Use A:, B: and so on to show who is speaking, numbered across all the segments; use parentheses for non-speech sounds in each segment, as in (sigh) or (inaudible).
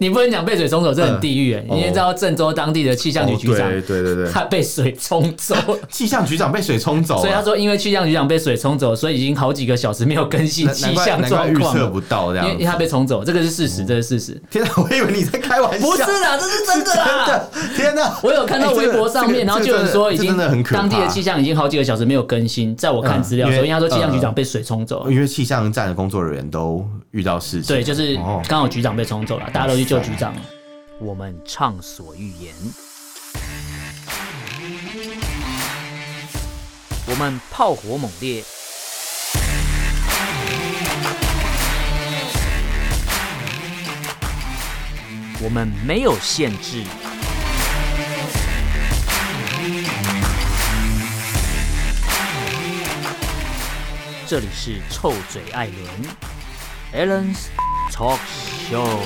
A: 你不能讲被水冲走，这很地狱哎！
B: 嗯
A: 你也知道郑州当地的气象局局长，
B: 哦对对对
A: (laughs)
B: 对，
A: 他被水冲
B: (laughs)
A: 走，
B: 气象局长被水冲走了，
A: 所以他说，因为气象局长被水冲走，所以已经好几个小时没有更新
B: (laughs) 难
A: 气
B: 难怪
A: 象
B: 难怪
A: 状
B: 预
A: 况
B: 测不
A: 了，
B: 到这
A: 因为因为
B: 样。
A: 他被冲走，这个是事实，这是事实，
B: 天哪， (laughs) 我以为你在开玩笑，
A: 不是啦，这是真的啦。
B: (laughs) 真的天哪，
A: 我有看到
B: (laughs) 哎这
A: 微
B: 个
A: 博上面，
B: 这个
A: 然后就有人说已
B: 这
A: 经
B: 个真的很可怕。
A: 当地的气象已经好几个小时没有更新，在我看资料的时候，
B: 嗯
A: 因
B: 因为
A: 为他说气象局长
B: 嗯
A: 被水冲走了，
B: 因为气象站的工作人员都遇到事情，
A: 对，就是
B: 哦
A: 刚好局长被冲走了，大家都去救局长了。我们畅所欲言，我们炮火猛烈，我们没有限制。这里是臭嘴艾伦 Allen's Talk Show。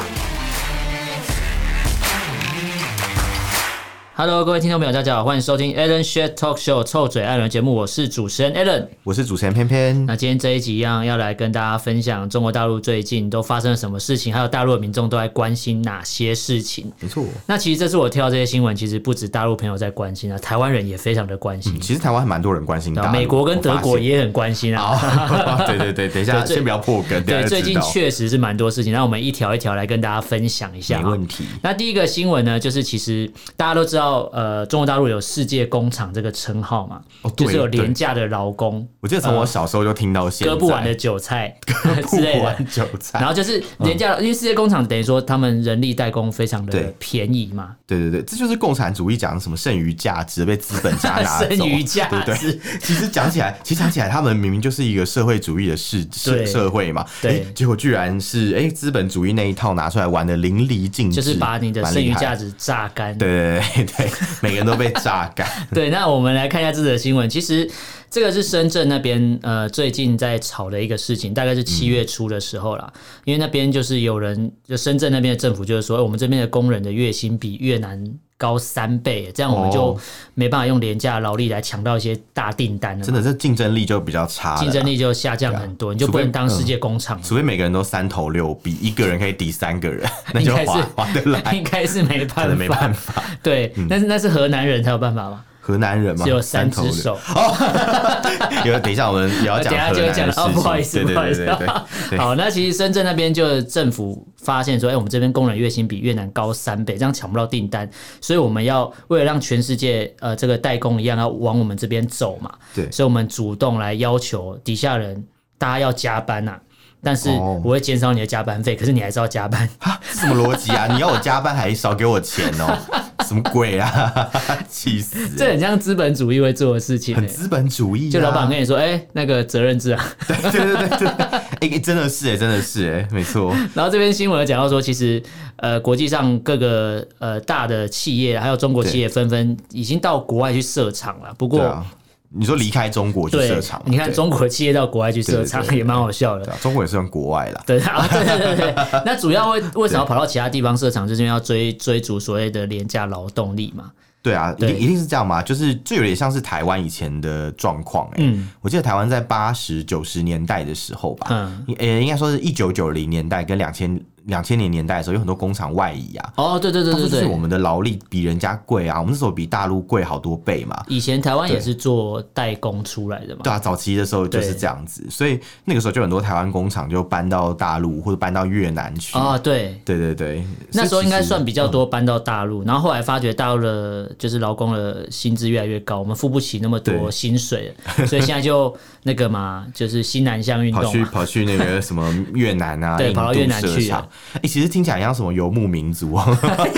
A: Hello，各位听众朋友，大家好，欢迎收听 Allen Share Talk Show 臭嘴艾伦节目，我是主持人 Allen。
B: 我是主持人偏偏，
A: 那今天这一集一样要来跟大家分享中国大陆最近都发生了什么事情，还有大陆的民众都在关心哪些事情。
B: 没错。
A: 那其实这次我挑这些新闻，其实不止大陆朋友在关心啊，台湾人也非常的关心。
B: 其实台湾还蛮多人关心
A: 对
B: 嗯大
A: 啊
B: 陆，哦
A: 美国跟德国
B: 一
A: 也很关心啊，
B: 样。 (laughs) 对
A: (laughs)
B: 对对，等一下
A: 对最
B: 先不要破梗，等一
A: 对，
B: 下
A: 最
B: 就知
A: 近
B: 道
A: 确实是蛮多事情，那我们一条一条来跟大家分享一下啊。
B: 没问题。
A: 那第一个新闻呢，就是其实大家都知道，呃，中国大陆有“世界工厂”这个称号嘛，
B: 哦对
A: 就是有
B: 对
A: 廉价的劳工、
B: 我记得从我小时候就听到现
A: 嗯
B: 在，
A: 割不完的韭菜 (laughs) 之类的。
B: 割 (laughs) 不完韭菜
A: 然。后就是廉价，因为世界工厂等于说他们人力代工非常的
B: 对
A: 便宜嘛，
B: 对对对，这就是共产主义讲什么剩余价值被资本家拿走，
A: (laughs) 剩余价
B: 对不对
A: 值。
B: 其实讲起
A: (laughs)
B: 来，其实讲起来，他们明明就是一个社会主义的世
A: 对
B: 社社会嘛，
A: 对
B: 诶结果居然是哎资、本主义那一套拿出来玩的淋漓尽
A: 就
B: 致，
A: 是把你的剩余价
B: 值，
A: 值榨干。
B: 对对对对， (laughs) 每个人都被榨
A: (laughs)
B: 干， (laughs)
A: 对，那我们来看一下这则新闻。其实这个是深圳那边呃最近在炒的一个事情，大概是七月初的时候啦。因为那边就是有人，就深圳那边的政府就是说，哎我们这边的工人的月薪比越南高三倍，这样我们就
B: 哦
A: 没办法用廉价劳力来抢到一些大订单了
B: 真
A: 嘛。
B: 的这竞争力就比较差了，
A: 竞争。力就下降很多，你就不能当世界工厂了。
B: 啊除非每个人都三头六臂，一个人可以抵三个人，那就
A: (laughs) 应该
B: 划
A: 是
B: 划得嗯来，
A: (laughs) 应该是没
B: 可
A: 办法，
B: 能没办法。嗯
A: 对，但是那是河南人才有办法嘛，
B: 河南人嘛，
A: 只有三
B: 头
A: 只手。
B: 六 (laughs) 有，等一下我们也要
A: 呃
B: 讲
A: 等一下
B: 河
A: 就会
B: 南
A: 讲
B: 的
A: 了
B: 事
A: 哦，
B: 情，
A: 不好意思，
B: 对
A: 不好意
B: 对
A: 思
B: 对对 (laughs)
A: (laughs)
B: 对。
A: 好，那其实深圳那边就政府发现说，哎、我们这边工人月薪比越南高三倍，这样抢不到订单，所以我们要为了让全世界呃这个代工一样要往我们这边走嘛，
B: 对
A: 所以我们主动来要求底下人大家要加班呐、但是
B: 哦
A: 我会减少你的加班费，可是你还是要加班，
B: 啊，这什么逻辑啊？你要我加班还少给我钱
A: (laughs)
B: 哦？什么鬼啊？ (laughs) 气死了！
A: 这很像资本主义会做的事情、
B: 很
A: 哎
B: 资本主义、啊，
A: 就老板跟你说，哎、那个责任制啊，
B: (laughs) 对对对对对，哎、哎真的是哎、真的是哎、没错，
A: 然后这边新闻有讲到说，其实呃，国际上各个呃大的企业还有中国企业纷纷已经到国外去设厂了。不过
B: 对啊。你说离开中国去
A: 对
B: 设厂，
A: 你看
B: 对
A: 中国企业到国外去设厂
B: 对对对
A: 也蛮好笑
B: 对
A: 的。
B: 啊中国也算国外啦，
A: 对 (laughs) 啊，对对对对，对那主要为为什么要跑到其他地方设厂，就是因为要追追逐所谓的廉价劳动力嘛。
B: 对啊，一
A: 对
B: 定一定是这样嘛，就是这有点像是台湾以前的状况哎、
A: 嗯
B: 我记得台湾在八十九十年代的时候吧，
A: 嗯，
B: 呃、应该说是一九九零年代跟两千两千年年代的时候，有很多工厂外移啊。
A: 哦，对对对
B: 当
A: 对
B: 初就是我
A: 对，
B: 们的劳力比人家贵啊，我们那时候比大陆贵好多倍嘛。
A: 以前台湾也
B: 对
A: 是做代工出来的嘛。
B: 对啊，早期的时候就是
A: 对
B: 这样子，所以那个时候就很多台湾工厂就搬到大陆或者搬到越南去。
A: 哦，对，
B: 对对对，
A: 那时候应该
B: 所以
A: 算比较多搬到大
B: 嗯
A: 陆，然后后来发觉大陆的就是劳工的薪资越来越高，我们付不起那么多
B: 对
A: 薪水
B: (laughs)
A: 了，所以现在就那个嘛，就是西南向运
B: 其实跑
A: 动
B: 去
A: (laughs) 嘛。
B: 跑去那个什么越南啊，
A: 对
B: 印度
A: 跑到越南
B: 设
A: 去
B: 厂
A: 啊。
B: 哎、其实听起来像什么游牧民族，哦 (laughs)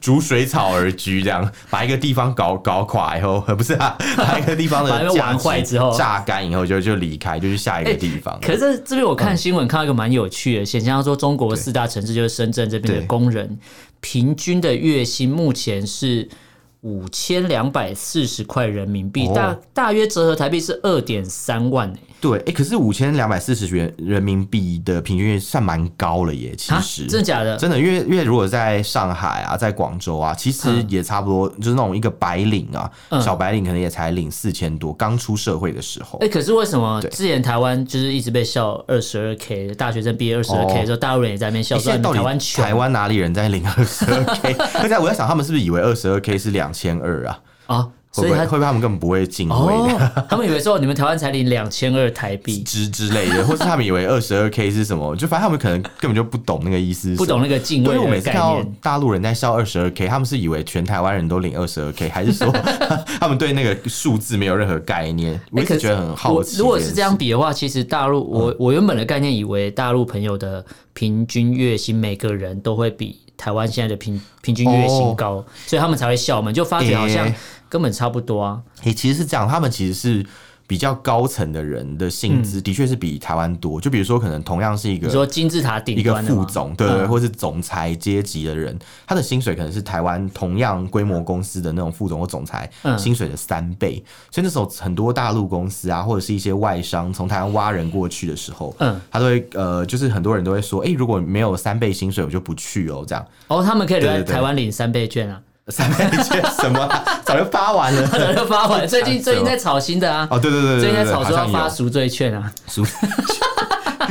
B: 逐水草而居这样，把一个地方搞搞垮以后， (laughs) 不是啊，把一个地方
A: (laughs) 把那
B: 的
A: 边
B: 价
A: 玩
B: 值
A: 坏之后
B: 榨干以后就就离开，就去下一个地方。
A: 可是这这边我
B: 嗯
A: 看新闻看到一个蛮有趣的现象，他说中国四大城市就是深圳这边的
B: 对
A: 工人平均的月薪目前是五千两百四十块人民币，
B: 哦
A: 大大约折合台币是二点三万、欸，
B: 对，哎、可是五千两百四十元人民币的平均算蛮高了耶，其
A: 啊，
B: 实。
A: 真的假的？
B: 真的，因为因为如果在上海啊，在广州啊，其实
A: 嗯
B: 也差不多，就是那种一个白领啊，
A: 嗯
B: 小白领可能也才领四千多，刚出社会的时候。
A: 哎、可是为什么
B: 对
A: 之前台湾就是一直被笑二十二 K，大学生毕业二十二 K
B: 哦
A: 的时候，大陆人也在那边笑
B: 欸
A: 说
B: 现在
A: 你
B: 到
A: 们
B: 底
A: 台湾穷
B: 台湾哪里人在领二十二
A: (laughs)
B: k？而且我在想，他们是不是以为二十二 k 是两千二啊？
A: 啊，
B: 会
A: 所以
B: 不会
A: 他
B: 会不会他们根本不会敬畏的、
A: 哦， (laughs) 他们以为说你们台湾才领两千二台币，
B: 之之类的，或是他们以为二十二 k 是什么？就反正他们可能根本就不懂那个意思是什么，
A: 不懂那个敬
B: 对，
A: 畏
B: 因为我每
A: 的
B: 次
A: 概
B: 看到
A: 念。
B: 大陆人在笑二十二 k，他们是以为全台湾人都领二十二 k，还是说 (laughs) 他们对那个数字没有任何概念？我一
A: 欸可
B: 直
A: 是
B: 觉得很好
A: 我
B: 奇。
A: 如果是这样，比的话，其实大陆
B: 嗯
A: 我我原本的概念以为大陆朋友的平均月薪每个人都会比台湾现在的平平均月薪高，
B: 哦
A: 所以他们才会笑我们，就发觉好像
B: 欸
A: 根本差不多啊。
B: 诶、其实是这样，他们其实是。比较高层的人的薪资的确是比台湾多，就比如说可能同样是
A: 嗯
B: 一
A: 你
B: 个
A: 说金字塔顶
B: 一个
A: 端的
B: 副
A: 吗？
B: 总，对对对，
A: 嗯
B: 或是总裁阶级的人，他的薪水可能是台湾同样规模公司的那种副总或总裁
A: 嗯
B: 薪水的三倍，所以那时候很多大陆公司啊，或者是一些外商从台湾挖人过去的时候，
A: 嗯
B: 他都会呃，就是很多人都会说，哎、如果没有三倍薪水，我就不去哦，这样 (laughs)
A: 哦，他们可以留在
B: 对对对
A: 台湾领三倍券啊， (laughs)
B: 三倍券什么啊、 (laughs) 早就发完了。
A: 早就发完。最近最近在炒新的啊，
B: 哦，对对对
A: 最近
B: 对对
A: 在
B: 对，
A: 炒
B: 好
A: 作要
B: 像
A: 发
B: 有。
A: 赎罪券啊。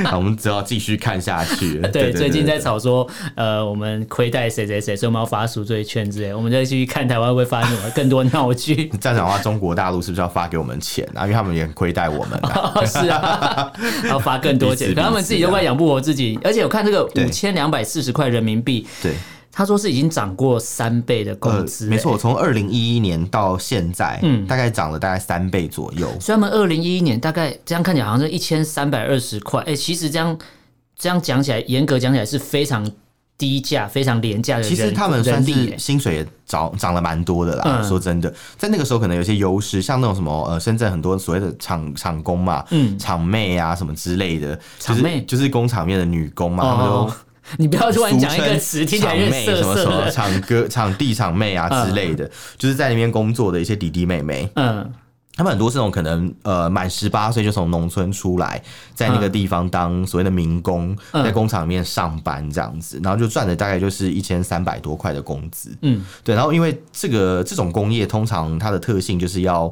B: 好我们只要继续看下去了。
A: (laughs) 对，最近在
B: 对
A: 炒作，呃，我们亏待谁谁谁，所以我们要发赎罪券之类，我们再去看台湾会不会发生什么 (laughs) 更多闹剧。 (laughs)
B: 这样讲的话，中国大陆是不是要发给我们钱啊？因为他们也很亏待我们、啊。
A: 哦，是啊，
B: (laughs)
A: 要发更多
B: 彼
A: 钱，
B: 此
A: 可他们自己都快养不活自己。而且我看这个
B: 对
A: 五千两百四十块人民币，
B: 对，
A: 他说是已经涨过三倍的工资、嗯
B: 呃、没。错，从二零一一年到现在，大概涨了大概三倍左右。
A: 所以他们二零一一年大概这样看起来好像是一千三百二十块，哎、其实这样这样讲起来，严格讲起来是非常低价、非常廉价的人，
B: 其实他们算
A: 人力
B: 是
A: 耶
B: 薪水也涨涨了蛮多的啦。
A: 嗯
B: 说真的，在那个时候可能有些优势，像那种什么呃，深圳很多所谓的厂厂工嘛，
A: 嗯
B: 厂妹啊什么之类的，就
A: 厂妹
B: 是就是工厂里面的女工嘛，他们都
A: 哦，你不要 (laughs) 突然
B: (laughs) 俗
A: 讲一个
B: 称
A: 词，听起来有
B: 场
A: 点
B: 妹
A: 涩
B: 什么
A: 涩
B: 什么
A: 的。
B: 场哥、场地、场妹啊
A: 嗯
B: 之类的，就是在那边工作的一些弟弟妹妹，
A: 嗯，
B: 他们很多是那种可能呃满十八岁就从农村出来，在那个地方当所谓的民工，
A: 嗯
B: 在工厂里面上班这样子，然后就赚的大概就是一千三百多块的工资。
A: 嗯，
B: 对，然后因为这个这种工业通常它的特性就是要。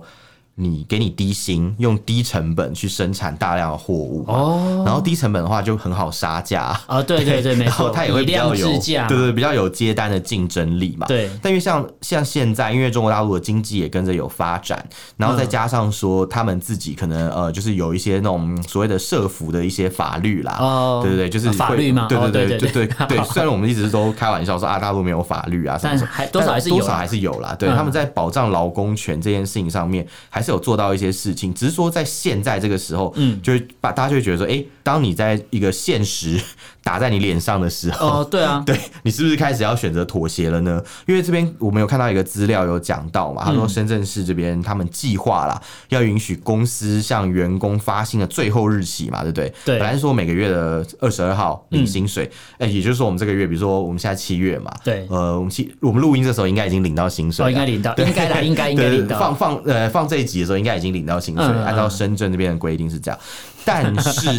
B: 你给你低薪，用低成本去生产大量的货物嘛，
A: 哦
B: 然后低成本的话就很好杀价，
A: 啊，对对对，没
B: 然后
A: 错，
B: 它也会
A: 以
B: 比较
A: 量
B: 有
A: 制价嘛，
B: 对对，比较有接单的竞争力嘛。
A: 对
B: 但因为像像现在，因为中国大陆的经济也跟着有发展，然
A: 嗯
B: 后再加上说他们自己可能呃，就是有一些那种所谓的社服的一些法律啦，
A: 哦
B: 对对对，就是
A: 啊法
B: 会
A: 律嘛
B: 对
A: 哦
B: 对
A: 对
B: 对
A: 对
B: 对对对。虽然我们一直都开玩笑说啊，大陆没有法律啊什么
A: 但
B: 什么。
A: 还多少还是有
B: 但
A: 啦，
B: 多少还是有啦，对，
A: 嗯
B: 他们在保障劳工权这件事情上面，还是有做到一些事情，只是说在现在这个时候，
A: 嗯
B: 嗯，就会把大家就会觉得说，哎、当你在一个现实 (laughs) 打在你脸上的时候，
A: 哦，对啊，
B: (laughs) 对你是不是开始要选择妥协了呢？因为这边我们有看到一个资料有讲到
A: 嗯
B: 嘛，他说深圳市这边他们计划啦，要允许公司向员工发薪的最后日期嘛，对不对？
A: 对嗯
B: 本来是说每个月的二十二号领薪水，哎、也就是说我们这个月，比如说我们现在七月嘛，
A: 对
B: 呃，我们七我们录音这时候应该已经领到薪
A: 哦，
B: 水了，
A: 应该领到，应该啦，应该应该
B: 对
A: 领
B: 放
A: 到，
B: 放呃放这一集的时候，应该已经领到薪水。
A: 嗯嗯嗯
B: 按照深圳这边的规定是这样，但是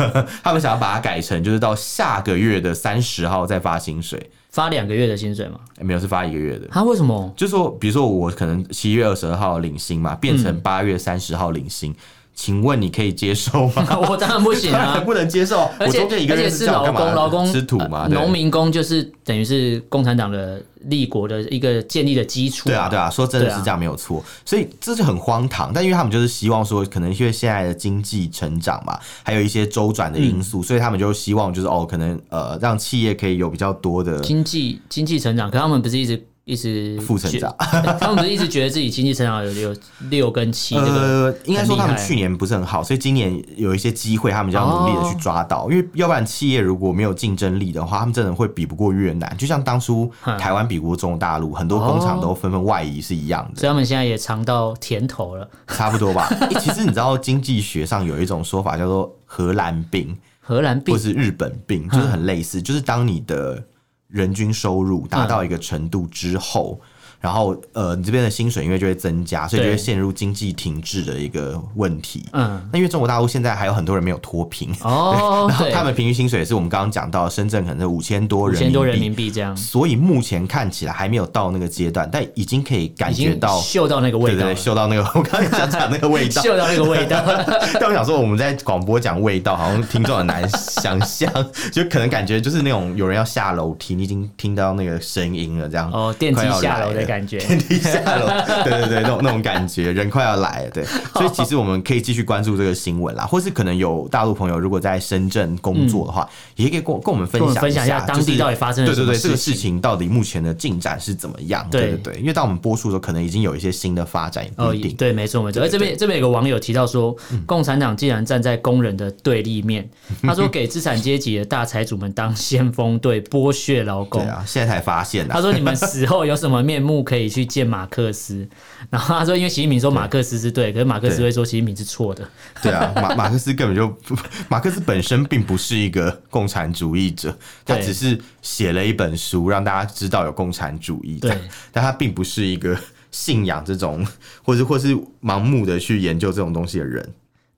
B: (laughs) 他们想要把它改成，就是到下个月的三十号再发薪水，
A: 发两个月的薪水嘛？
B: 诶没有是发一个月的。
A: 他为什么？ (laughs)
B: 就说，比如说我可能七月二十二号领薪嘛，变成
A: 嗯
B: 八月三十号领薪，请问你可以接受吗？
A: 我 (laughs) 当然不行
B: 当然
A: 啊。
B: 不能接受，
A: (laughs) 而
B: 我
A: 且
B: 中间一个
A: 而
B: 月
A: 且
B: 是
A: 是
B: 叫我
A: 劳
B: 干嘛
A: 工，
B: 的？
A: 劳工
B: 吃土嘛，
A: 呃
B: 对
A: 农民工就是等于是共产党的立国的一个建立的基础嘛。
B: 对啊，对啊，说真的
A: 对啊
B: 是这样没有错，所以这就很荒唐。但因为他们就是希望说，可能因为现在的经济成长嘛，还有一些周转的因
A: 嗯
B: 素，所以他们就希望就是哦，可能呃，让企业可以有比较多的
A: 经济经济成长，可他们不是一直一直
B: 负成长，
A: 觉， (laughs) 他们不是一直觉得自己经济成长有有六跟七这个
B: 呃，应该说他
A: 很
B: 们
A: 厉害
B: 去年不是很好，所以今年有一些机会，他们就要努力的去抓到，
A: 嗯
B: 因为要不然企业如果没有竞争力的话，他们真的会比不过越南，就像当初
A: 嗯
B: 台湾比不过中国大陆，很多工厂都纷纷外移是一样的。
A: 所以他们现在也尝到甜头了。
B: 差不多吧、欸其实你知道经济学上有一种说法叫做荷兰病，
A: 荷兰病嗯
B: 或是日本病，就是
A: 嗯
B: 很类似，就是当你的人均收入达到一个程度之后。然后呃，你这边的薪水因为就会增加，所以就会
A: 对
B: 陷入经济停滞的一个问题。
A: 嗯，
B: 那因为中国大陆现在还有很多人没有脱贫，
A: 哦，
B: 然后
A: 对
B: 他们平均薪水也是我们刚刚讲到，深圳可能是五千多
A: 五
B: 人
A: 千
B: 民
A: 多人
B: 币，
A: 民币这样，
B: 所以目前看起来还没有到那个阶段，但已经可以感
A: 已
B: 觉
A: 经
B: 到，
A: 嗅到那个味
B: 对
A: 道
B: 对对，
A: 了，
B: 嗅到那个我刚刚想讲那个味道。
A: 嗅到那个味道，
B: (laughs) 但我想说，我们在广播讲味道，好像听众很难想象，就可能感觉就是那种有人要下楼梯，你已经听到那个声音了，这样 (laughs)
A: 哦，电梯
B: 快要
A: 下
B: 来
A: 楼的
B: 了
A: 感觉，
B: 电梯下楼，对对对，那种那种感觉，人快要来
A: (laughs)
B: 了，对。所以其实我们可以继续关注这个新闻啦，或是可能有大陆朋友如果在深圳工作的话，也可以跟我跟我们分
A: 嗯跟我们
B: 享
A: 分享一下当地到底发生了
B: 就是
A: 什么
B: 对对对，这个
A: 事
B: 事情到底目前的进展是怎么样？对
A: 对
B: 对对，因为当我们播出的时候，可能已经有一些新的发展，也不
A: 哦
B: 一，定。嗯
A: 对，没错，没错。而这边这边有个网友提到说，共产党竟然站在工人的对立
B: (laughs)
A: 面，他说给资产阶级的大财主们当先锋队，剥削劳
B: 对
A: 工。
B: 啊，现在才发现
A: 他
B: 啊，
A: 说：“你们死后有什么面目可以去见马克思？”然后他说：“因为习近平说马克思是对，可是马克思
B: 对
A: 会说习近平是错的。
B: 对啊，马马克思根本就不，马克思本身并不是一个共产主义者，他
A: 对
B: 只是写了一本书让大家知道有共产主义，
A: 对，
B: 但他并不是一个信仰这种，或是或是盲目的去研究这种东西的人。”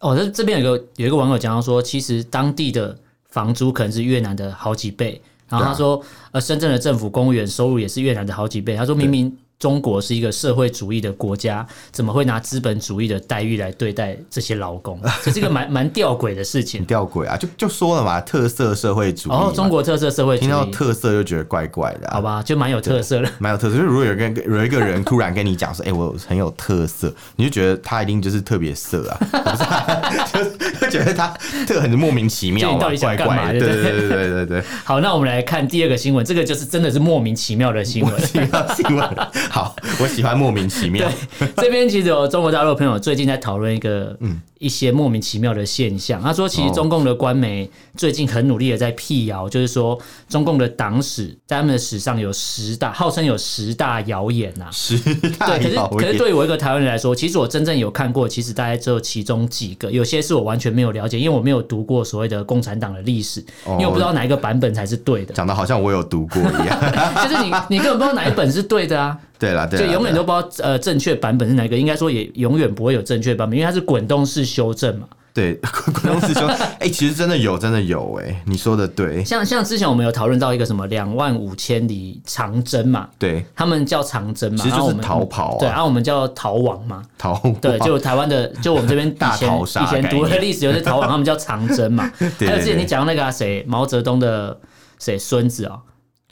A: 哦，这这边有个有一个网友讲到说，其实当地的房租可能是越南的好几倍。然
B: 啊
A: 后他说，呃，深圳的政府公务员收入也是越南的好几倍。他说，明明中国是一个社会主义的国家，怎么会拿资本主义的待遇来对待这些劳工？ (laughs) 这是一个蛮蛮吊诡的事情
B: (laughs) 很。吊诡啊，就就说了嘛，特色社会主义
A: 然
B: 嘛。
A: 后哦中国特色社会主
B: 听到
A: 义，
B: 特色就觉得怪怪的、
A: 好
B: 啊。
A: 吧，就蛮有特色的。
B: 蛮有特色，就是如果有一个有一个人突然跟你讲说：“哎、我很有特色”，你就觉得他一定就是特别色啊，不是啊就 (laughs) 就觉得他特很莫名其妙
A: 就你
B: 嘛
A: 到底，想
B: 怪
A: 干嘛
B: 怪的。对
A: 对
B: 对
A: 不对
B: 对对对对，
A: (laughs) 好，那我们来看第二个新闻，这个就是真的是莫名其妙的新闻。
B: 听到新闻，好，我喜欢莫名其妙。
A: (laughs) 这边其实有中国大陆的朋友最近在讨论一个一些莫名其妙的现象。他说，其实中共的官媒最近很努力的在辟谣，就是说中共的党史在他们的史上有十大，号称有十大谣言啊。
B: 是，
A: 对，可是
B: 好一
A: 可是
B: 点
A: 对于我一个台湾人来说，其实我真正有看过，其实大概只有其中几个，有些是我完全没有了解，因为我没有读过所谓的共产党的历史，因为我不知道哪一个版本才是对
B: (laughs)
A: 的，
B: 讲的好像我有读过一样。
A: 就是你你根本不知道哪一本是对的啊。
B: 对啦，对
A: 就
B: 啦，
A: 永远
B: 对
A: 都
B: 啦
A: 不知道呃正确版本是哪一个，应该说也永远不会有正确版本，因为它是滚动式修正嘛。
B: 对啊 (laughs) 关公师兄，哎、其实真的有，真的有、哎，你说的对，
A: 像像之前我们有讨论到一个什么两万五千里长征嘛，
B: 对，
A: 他们叫长征嘛，
B: 其实就是
A: 然后我们
B: 逃跑啊
A: 对，然后我们叫逃亡嘛，
B: 逃亡
A: 对，就台湾的就我们这边
B: (laughs) 大
A: 以前
B: 逃杀
A: 以前读的
B: 概念
A: 历史就是逃
B: (laughs)
A: 亡，他们叫长征嘛。
B: 对
A: 还有
B: 对
A: 之前你
B: 对，
A: 讲到那个啊谁、毛泽东的谁孙子哦，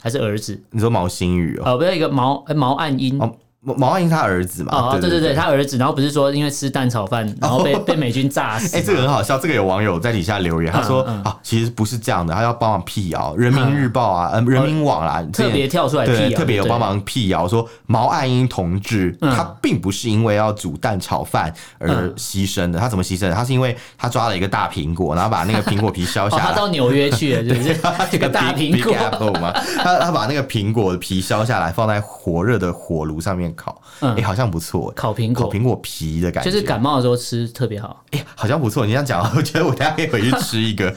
A: 还是儿子？
B: 你说毛新宇哦、
A: 呃，不是一个毛、呃毛岸英。
B: 哦，毛毛岸英是他儿子嘛，
A: 哦，对
B: 对
A: 对对，他儿子，然后不是说因为吃蛋炒饭，然后被、被美军炸死
B: 哎、
A: 嘛。
B: 这个很好笑。这个有网友在底下留言，他说、
A: 嗯
B: 啊，其实不是这样的，他要帮忙辟谣，《人民日报》啊，嗯，《人民网》啦，
A: 特别跳出来辟
B: 对，
A: 谣
B: 特别有
A: 对
B: 帮忙辟谣，说毛岸英同志、
A: 嗯
B: 他并不是因为要煮蛋炒饭而
A: 嗯
B: 牺牲的，他怎么牺牲的？他是因为他抓了一个大苹果，然后把那个苹果皮削
A: (laughs) 哦，
B: 下来。
A: 他
B: (laughs)
A: 到纽约去了，是不是？这个大苹
B: Big- Big
A: 果，
B: Apple 嘛，他他把那个苹果的皮削下来，放在火热的火炉上面烤，哎、
A: 嗯
B: 好像不错，
A: 烤苹
B: 烤
A: 果，
B: 苹果皮的感
A: 就
B: 觉，
A: 是感冒的时候吃特别好。
B: 哎、好像不错。你这样讲， (laughs) 我觉得我等一下可以回去吃一
A: (laughs)
B: 个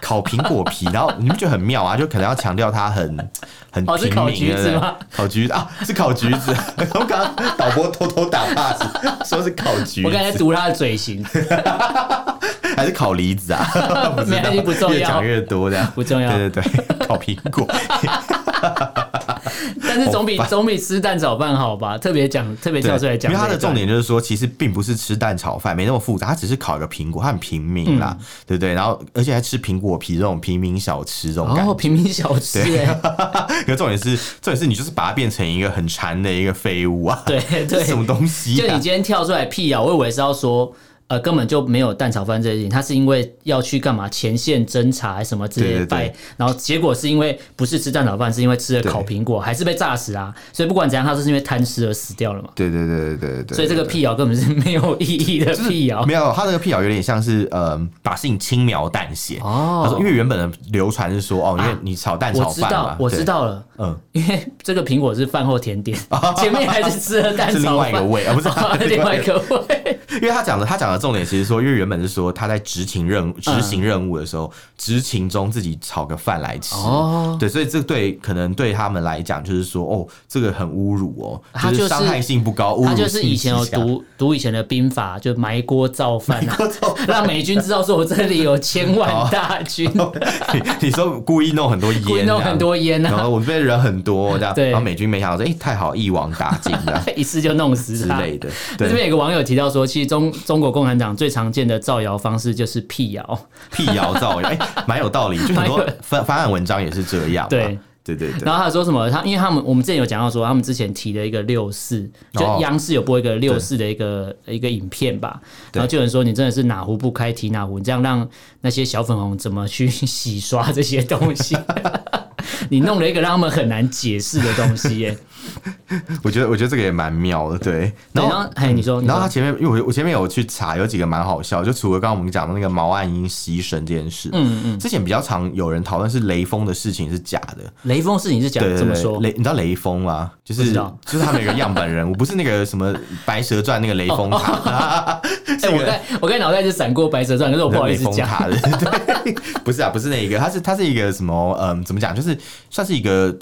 B: 烤苹果皮，然后你们觉得很妙啊？就可能要强调它很很
A: 哦是
B: 平
A: 烤
B: 民
A: 橘子
B: 对不对
A: 吗
B: 烤橘子啊，是烤橘子。 (laughs) 我刚刚导播偷偷打 pass，说是烤橘
A: 我刚才
B: 子，
A: 在读他的嘴
B: (laughs)
A: 型，
B: 还是烤梨子啊？不知
A: 没
B: 道
A: 关系 (laughs) 不重要
B: 越讲越多这样。
A: 不重要，
B: 对对对， (laughs) 烤苹果。
A: (laughs) 但是总比总比吃蛋炒饭好吧？特别讲，特别
B: 哦对，
A: 跳出来讲这一段，
B: 因为它的重点就是说，其实并不是吃蛋炒饭，没那么复杂，它只是烤一个苹果，它很平民
A: 嗯
B: 啦，对不对？然后而且还吃苹果皮这种平民小吃这种感觉。
A: 哦，平民小吃，哎，
B: 可重点是，重点是你就是把它变成一个很馋的一个废物啊！
A: 对
B: (laughs) 这是什么
A: 对。
B: 东西、
A: 就你
B: 啊？
A: 今天跳出来辟谣，我以为是要说。呃，根本就没有蛋炒饭这件事情，他是因为要去干嘛前线侦查还是什么这
B: 对
A: 些
B: 对对
A: 拜，然后结果是因为不是吃蛋炒饭，是因为吃了
B: 对
A: 烤苹果，还是被炸死啊？所以不管怎样，他都是因为贪吃而死掉了嘛。
B: 对对对对对对。
A: 所以这个哦辟谣根本是没有意义的啊辟谣。
B: 没有，他那个辟谣有点像是，呃，把事情轻描淡写。
A: 哦
B: 他说，因为原本的流传是说，哦，因为你炒蛋
A: 我
B: 炒
A: 知
B: 饭嘛
A: 道，，我
B: 对
A: 知，道了，
B: 嗯，
A: 因为这个苹果是饭后甜点，前面还是吃了蛋
B: (laughs) 是另
A: 炒
B: 外一个
A: 饭。 (laughs)
B: 味，啊，不是
A: 另外一个味，
B: 因为他讲的他讲的重点其实说，因为原本是说他在执
A: 嗯
B: 行任务执行任务的时候，执勤中自己炒个饭来吃，
A: 哦
B: 对，所以这对可能对他们来讲就是说，哦，这个很侮辱哦，
A: 他
B: 就
A: 就是是
B: 伤害性不高，侮辱
A: 他就是
B: 性
A: 以前有
B: 极强
A: 读读以前的兵法，就埋锅造饭啊，让美军知道说我这里有千
B: 哦
A: 万大军，
B: (laughs) 你你说故意弄很多
A: (laughs) 故意
B: 烟，
A: 弄很，多烟
B: 然
A: 啊，
B: 后我们这边人很多这样，
A: (laughs) 对
B: 然后美军没想到说，哎、太好，一网打尽这样
A: (laughs) 一次就弄死
B: 啊之
A: 他。
B: 类的，
A: 这
B: 对，
A: 边有个网友提到说，其实中中国共产党最常见的造谣方式就是辟谣，
B: 辟谣造谣，哎、蛮有道理，就很多
A: 蛮有
B: 翻翻案文章也是这样嘛，
A: 对
B: 对对对。
A: 然后他说什么？他因为他们我们之前有讲到说，他们之前提了一个六四，就
B: 哦
A: 央视有播一个六四的一个一个影片吧，
B: 对
A: 然后就有人说你真的是哪壶不开提哪壶，你这样让那些小粉红怎么去洗刷这些东西？ (laughs) 你弄了一个让他们很难解释的东西耶。
B: 我觉得我觉得这个也蛮妙的，对。 (laughs) 然
A: 对然
B: 后
A: 后，哎，你说，你
B: 然后他
A: 说，
B: 前面，因为我我前面有去查，有几个蛮好笑，就除了刚刚我们讲的那个毛岸英牺牲这件事，嗯嗯，之前比较常有人讨论是雷锋的事情是假的，
A: 雷锋事情是讲
B: 对对
A: 哎怎么
B: 对
A: 说？
B: 雷，你知道雷锋吗？就是
A: 不知道
B: 就是他们有个样本人物，不是那个什么《白蛇传》那个雷
A: 哦
B: 锋塔，
A: 哎，我在我刚才脑袋就闪过《白蛇传》，可是我不好意
B: 雷
A: 思
B: 锋
A: 讲。
B: 塔的， (laughs) 对，不是啊，不是那一个，他是他是一个什么？嗯，怎么讲？就是算是一个。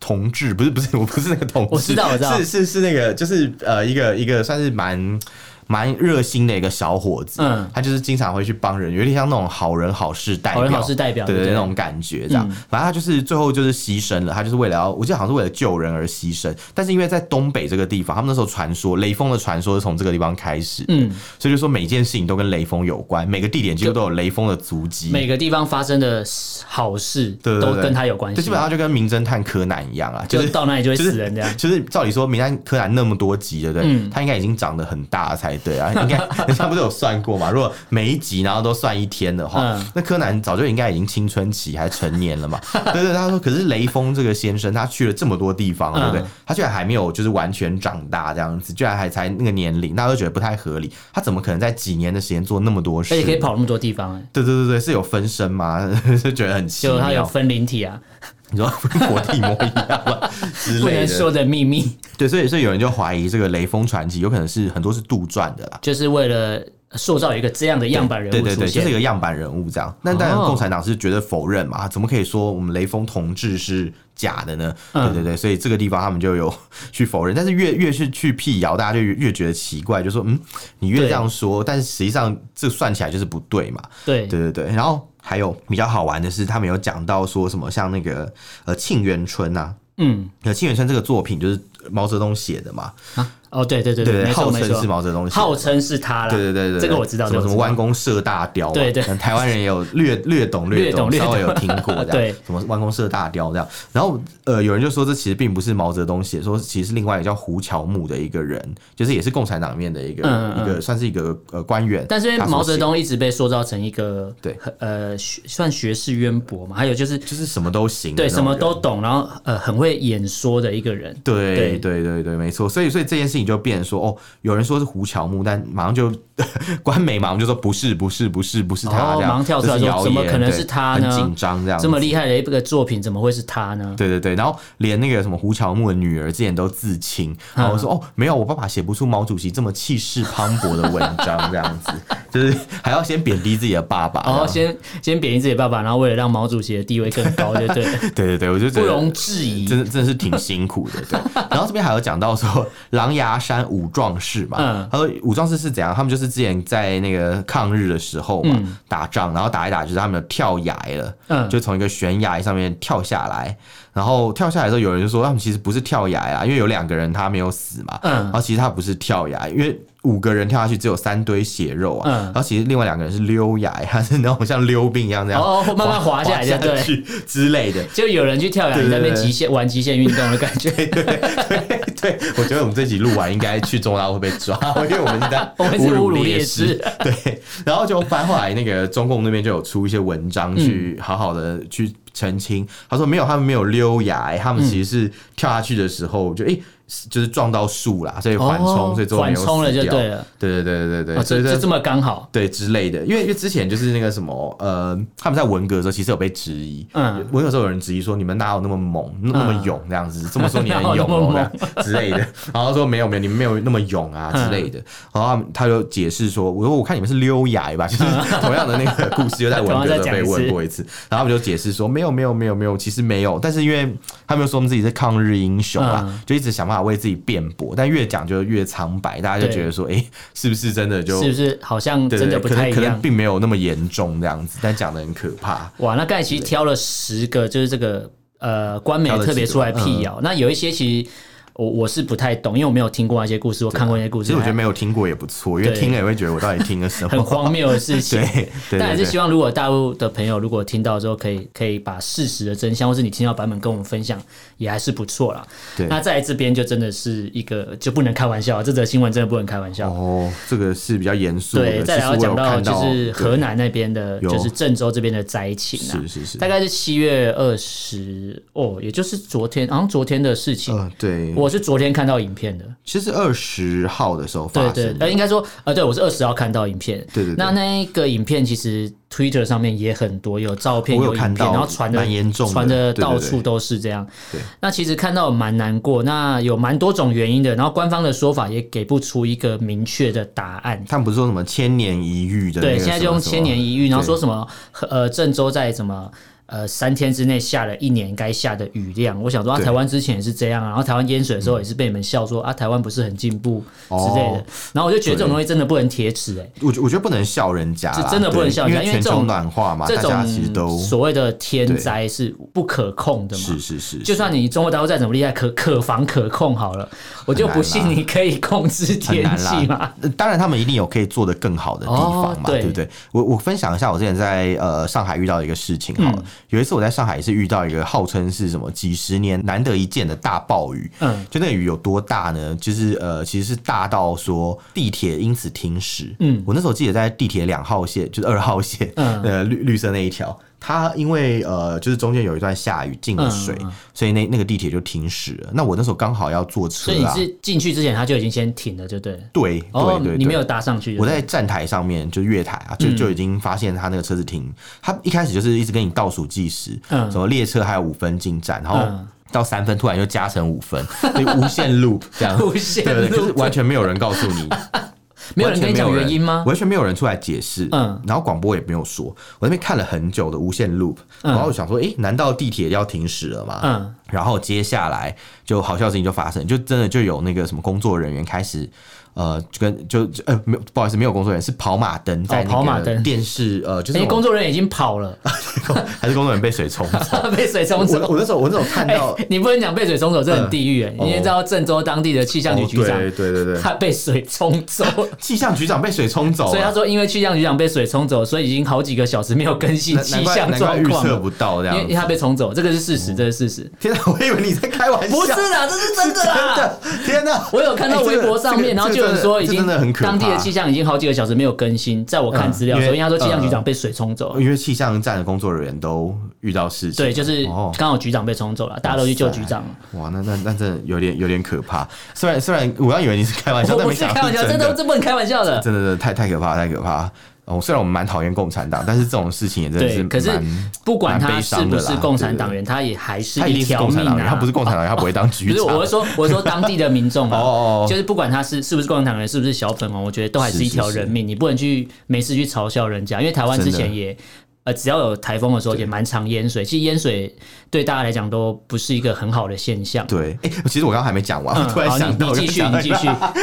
B: 同志不是不是，我不是那个同志，
A: 我知道我知道
B: 是是是那个，就是呃，一个一个算是蛮蛮热心的一个小伙子，
A: 嗯
B: 他就是经常会去帮人，有点像那种好人好事代表，
A: 好人好事代表
B: 对
A: 对嗯
B: 对，
A: 不
B: 那
A: 对
B: 种感觉这样。反正他就是最后就是牺牲了，他就是为了要，我记得好像是为了救人而牺牲。但是因为在东北这个地方，他们那时候传说雷锋的传说是从这个地方开始，
A: 嗯，
B: 所以就说每件事情都跟雷锋有关，每个地点几乎都有雷锋的足迹。
A: (laughs) 每个地方发生的好事
B: 对对
A: 都
B: 对
A: 跟他有关系，
B: 就基本上就跟名侦探柯南一样啊，就
A: 就是到那里就会
B: 就是
A: 死人这样。
B: 就是照理说，名侦探柯南那么多集，对不对？
A: 嗯
B: 他应该已经长得很大了才对啊，
A: (laughs)
B: 应该人家不是有算过嘛？如果每一集然后都算一天的话，
A: 嗯
B: 那柯南早就应该已经青春期还成年
A: (laughs)
B: 了嘛？对对，他说，可是雷锋这个先生他去了这么多地方，
A: 嗯
B: 对不对？他居然还没有就是完全长大这样子，居然还才那个年龄，大家都觉得不太合理，他怎么可能在几年的时间做那么多事？
A: 而且可以跑那么多地方、欸，
B: 对对对对，是有分身吗？ (laughs) 就觉得很奇
A: 就它有
B: 妙。
A: 分灵体啊，
B: 你说跟佛地魔一样
A: (laughs)
B: 吗？之
A: 不
B: 类
A: 能
B: 的。
A: 说的秘密，
B: 对，所以所以有人就怀疑这个《雷锋传奇》有可能是很多是杜撰的啦。
A: 就是为了塑造一个这样的样板人
B: 对
A: 物
B: 对
A: 出
B: 对，就是
A: 现。
B: 一个样板人物这样。那当然，
A: 哦
B: 共产党是绝对否认嘛，怎么可以说我们雷锋同志是假的呢？
A: 嗯
B: 对对对，所以这个地方他们就有去否认。但是越越是去辟谣，大家就越越觉得奇怪，就说嗯，你越
A: 对
B: 这样说，但是实际上这算起来就是不对嘛。
A: 对
B: 对对对，然后还有比较好玩的是，他们有讲到说什么像那个呃《沁园春》呐。
A: 嗯，
B: 呃，《沁园春》这个作品就是毛泽东写的嘛，
A: 哦，对对对
B: 对
A: 没错
B: 号
A: 没
B: 称是
A: 错，
B: 毛泽东写的，
A: 号称是他啦，
B: 对对对对，
A: 这个我知道，
B: 什么什么
A: 这个我
B: 弯
A: 知道
B: 弓射大雕嘛，
A: 对对
B: 可能台湾人也有略略懂
A: 略懂
B: 懂，
A: 略
B: 稍微有
A: 懂
B: 听过这样，
A: 对，
B: 什么弯弓射大雕这样。然后呃，有人就说这其实并不是毛泽东写，说其实是另外一个叫胡乔木的一个人，就是也是共产党里面的一个
A: 嗯嗯
B: 一个算是一个呃官员，
A: 但是因为
B: 他所
A: 毛泽
B: 写
A: 东一直被塑造成一个
B: 对
A: 呃学算学识渊博嘛，还有就是
B: 就是什么都行的
A: 对
B: 那种
A: 什么
B: 人，
A: 都懂，然后呃很会演说的一个人，对
B: 对对对对，没错。所以所以这件事情就变成说，哦，有人说是胡乔木，但马上就呃官媒马上就说不是不是不是不是他
A: 哦
B: 这样，
A: 马上跳出来
B: 这是
A: 说
B: 谣言
A: 怎么可能
B: 对
A: 是他
B: 很
A: 呢
B: 紧张这样子，
A: 这么厉害的一个作品，怎么会是他呢？
B: 对对对，然后连那个什么胡乔木的女儿之前都自
A: 嗯
B: 清，然后我说、哦，没有，我爸爸写不出毛主席这么气势磅礴的文章，这样子， (laughs) 就是还要先贬低自己的爸爸。
A: 然后
B: 这样
A: 哦先先贬低自己爸爸，然后为了让毛主席的地位更高，就对了，
B: (laughs) 对啊对对，我就觉
A: 不
B: 得
A: 容置疑。
B: 真的真的是挺辛苦的，对。然后这边还有讲到说狼牙山五壮士嘛，
A: 嗯
B: 他说五壮士是怎样？他们就是之前在那个抗日的时候嘛，打仗，然后打一打，就是他们跳崖了，
A: 嗯
B: 就从一个悬崖上面跳下来。然后跳下来的时候，有人就说他们其实不是跳崖啊，因为有两个人他没有死嘛，
A: 嗯
B: 然后其实他不是跳崖，因为。五个人跳下去只有三堆血肉啊，
A: 嗯
B: 然后其实另外两个人是溜崖，还是那种像溜冰一样这样
A: 哦哦慢慢滑下来
B: 下
A: 这样对
B: 去之类的，
A: 就有人去跳崖，
B: 对对
A: 你在那边
B: 对
A: 极限玩极限运动的感觉。
B: (laughs) 对，我觉得我们这集录完应该去中国大陆会被
A: (laughs)
B: 抓，因为我们在
A: 我们是
B: 侮
A: 侮辱
B: 烈
A: 烈
B: 士
A: 士。
B: (laughs) 对，然后就反正后来那个中共那边就有出一些文章去
A: 嗯
B: 好好的去澄清，他说没有，他们没有溜崖，他们其实是跳下去的时候就诶就是撞到树啦，所以 (laughs) 缓冲，所以最后没
A: 哦缓
B: 有
A: 冲了
B: 死
A: 就
B: 掉
A: 对了，
B: 对对对对对
A: 哦
B: 对，所
A: 就
B: 以
A: 就
B: 这
A: 这么刚好。
B: 对之类的，因为因为之前就是那个什么呃，他们在文革的时候其实有被质疑，
A: 嗯
B: 嗯，文革的时候有人质疑说你们哪有那么猛，那那么勇这样子，这么说你很
A: 哪有那
B: 勇
A: 么
B: 哦
A: 猛
B: 这样之
A: (laughs)
B: 类的，然后说没有没有，你们没有那么勇啊之类
A: 嗯
B: 的，然后他们他就解释说，我说我看你们是溜牙吧， (laughs) 就是同样的那个故事又在文革的时候被问过
A: (laughs)
B: 一次，然后他们就解释说没有没有没有没有，其实没有，但是因为他们又说他们自己是抗日英雄啊，
A: 嗯
B: 就一直想办法为自己辩驳，但越讲就越苍白，大家就
A: 对
B: 觉得说，哎、是不是真的就是
A: 不是好像
B: 对
A: 真的
B: 对
A: 不
B: 可能
A: 太一
B: 可能
A: 样？
B: 并没有那么严重这样子，但讲的很可怕。
A: 哇，那刚才其实挑了十个，就是这个呃官媒特别出来辟
B: 嗯
A: 谣。那有一些其实我我是不太懂，因为我没有听过那些故事，我看过那些故
B: 啊其
A: 事，
B: 实我觉得
A: 还
B: 没有听过也不错，因为
A: 对
B: 听了也会觉得我到底听了
A: (laughs)
B: 什
A: 很
B: 么。
A: 荒谬的事情。
B: (laughs) 对对对
A: (laughs) 但还是
B: 对
A: 希望，如果大陆的朋友如果听到之后，可以可以把事实的真相，或是你听到版本跟我们分享，也还是不错啦。
B: 对
A: 那在这边就真的是一个就不能开玩笑，这则新闻真的不能开玩笑。
B: 哦，这个是比较严肃的。
A: 对，再来
B: 其实
A: 要
B: 我有
A: 讲
B: 看
A: 就
B: 到
A: 是河，南那边的，
B: 有
A: 就是郑州这边的灾情
B: 对
A: 啊，
B: 是是是，
A: 大概是七月二十哦，也就是昨天，好像昨天的事情。
B: 嗯对，
A: 我是昨天看到影片的，
B: 其实二十号的时候发
A: 对
B: 生的，
A: 对，呃，应该说，呃，对我是二十号看到影片，
B: 对对对
A: 那那一个影片其实 Twitter 上面也很多，有照片，
B: 我有
A: 影
B: 看
A: 片，
B: 到
A: 然后传的
B: 蛮严重的
A: 传的
B: 对对
A: 到
B: 对
A: 处都是这样。
B: 对
A: 那其实看到蛮难过，那有蛮多种原因的，然后官方的说法也给不出一个明确的答案。
B: 他们不是说什么千年一遇的那个
A: 对，
B: 什么，
A: 现在就用
B: 什么
A: 千年一遇，然后
B: 对
A: 说什么呃，郑州在什么呃三天之内下了一年该下的雨量。我想说啊，
B: 对嗯
A: 台湾之前也是这样啊，然后台湾淹水的时候也是被你们笑说、啊，台湾不是很进步之类的。
B: 哦
A: 然后我就觉得这种东西真的不能铁齿哎，
B: 我觉我觉得不能笑人家
A: 是
B: 啦，
A: 真的不能
B: 对
A: 笑人家
B: 因
A: 因为
B: 全
A: 这种
B: 球暖化嘛，
A: 这
B: 大家其实
A: 种
B: 都
A: 所谓的天灾是不可控的嘛。
B: 是是是，
A: 就算你中国大陆再怎么厉害，可可防可控好了，我就
B: 很难
A: 不信
B: 啦
A: 你可以控制
B: 很
A: 天
B: 难
A: 气嘛
B: 啦。。呃当然，他们一定有可以做得更好的地方
A: 哦
B: 嘛，
A: 对
B: 对不对？我我分享一下我之前在呃上海遇到的一个事情好
A: 嗯
B: 了。有一次我在上海是遇到一个号称是什么几十年难得一见的大暴雨，
A: 嗯
B: 就那个雨有多大呢？就是呃，其实是大到说地铁因此停驶。
A: 嗯
B: 我那时候记得在地铁两号线，就是二号线，
A: 嗯
B: (laughs) 呃绿绿色那一条。它因为呃，就是中间有一段下雨进了水，
A: 嗯
B: 所以那那个地铁就停驶了。那我那时候刚好要坐车
A: 所以你
B: 啊，
A: 是进去之前他就已经先停了，就对了。
B: 对对
A: 哦
B: 对，对，
A: 你没有搭上去就
B: 我
A: 对了，嗯
B: 在站台上面，就月台啊，就就已经发现他那个车子停，他一开始就是一直跟你倒数计时，
A: 嗯
B: 什么列车还有五分进站，然后
A: 嗯
B: 到三分突然又加成五分，所以无限 loop 这样，
A: 无限
B: (laughs)
A: (laughs)
B: 对对，对
A: loop
B: 就是完全没有人告诉你，
A: (laughs) 没有人跟你
B: 完全
A: 讲
B: 没有
A: 原因吗？
B: 完全没有人出来解释，
A: 嗯
B: 嗯，然后广播也没有说，我那边看了很久的无限 loop，然后我想说，诶，难道地铁要停驶了吗？
A: 嗯
B: 然后接下来就好笑的事情就发生，就真的就有那个什么工作人员开始。呃，就跟就就呃，没有，不好意思，没有工作人员是跑马灯在
A: 哦跑马
B: 那
A: 灯
B: 个电视，呃，
A: 人家
B: 就是那种
A: 哎工作人员已经跑
B: (laughs)
A: 了，
B: 还是工作人员被水冲
A: (laughs)
B: 走。
A: 被水冲
B: 我
A: 走。
B: 我那时候我那时候
A: (laughs)
B: 看
A: 哎、
B: 到，哦
A: 你不能讲被水冲走，这很地狱哎、
B: 嗯
A: 你也知道郑州当地的气哎象局局长，
B: 哦对对对对
A: 他被水冲走，
B: 气象局长被水冲走
A: 所以他
B: 了，
A: 说因为气象局长被水冲走，所以已经好几个小时没有更新
B: 难
A: 气
B: 难怪
A: 象
B: 难怪
A: 状
B: 预
A: 况
B: 测
A: 了。
B: 不到这
A: 因为因为
B: 样。
A: 他被冲走，这个是事实，这是事实，
B: 天哪，我以为你在开玩笑，
A: 不是啦，这是真的啦。
B: 啊真的，天哪！
A: 我有看到
B: 哎这个
A: 微博上面，
B: 这个
A: 然后
B: 这
A: 就
B: 个
A: 有人
B: 真的
A: 说已
B: 这
A: 经
B: 真的很可怕
A: 当地的气象已经好几个小时没有更新。在我看资料的时候，
B: 嗯
A: 因为他说气象局长
B: 嗯
A: 被水冲走了，
B: 因为气象站的工作人员都遇到事情，
A: 对，就是
B: 哦
A: 刚好局长被冲走了，大家都去救局长了。
B: 哇，那那那真的有点有点可怕。虽然虽然我刚以为你是开玩笑，
A: 我
B: 但
A: 不
B: 没
A: 是
B: 想
A: 开
B: 到
A: 玩
B: 是
A: 笑，这
B: 真
A: 都
B: 的，
A: 这不能开玩笑的。
B: 真的真的太太可怕，太可怕。哦，虽然我们蛮讨厌共产党，但是这种事情也真的
A: 对
B: 是，
A: 可是
B: 蛮
A: 不管他是不
B: 蛮悲
A: 是
B: 伤的啦
A: 共产党员，他也还是
B: 他一定是
A: 条
B: 共产
A: 命
B: 党人，
A: 啊。
B: 他不是共产党人，他不会当局
A: (laughs) 不是，
B: 长。
A: 我是
B: (laughs)
A: 说，我是说当地的民众
B: 哦哦
A: 啊
B: 哦，
A: 就是不管他是是不是共产党人，是不是小粉红，我觉得都还是一条人命，你不能去没事去嘲笑人家，因为台湾之前
B: 真的
A: 也。呃，只要有台风的时候，也蛮常淹水。其实淹水对大家来讲都不是一个很好的现象。
B: 对，哎、其实我刚刚还没讲完，
A: 嗯
B: 我突然
A: 好
B: 想到，
A: 你你继续
B: 我刚刚想到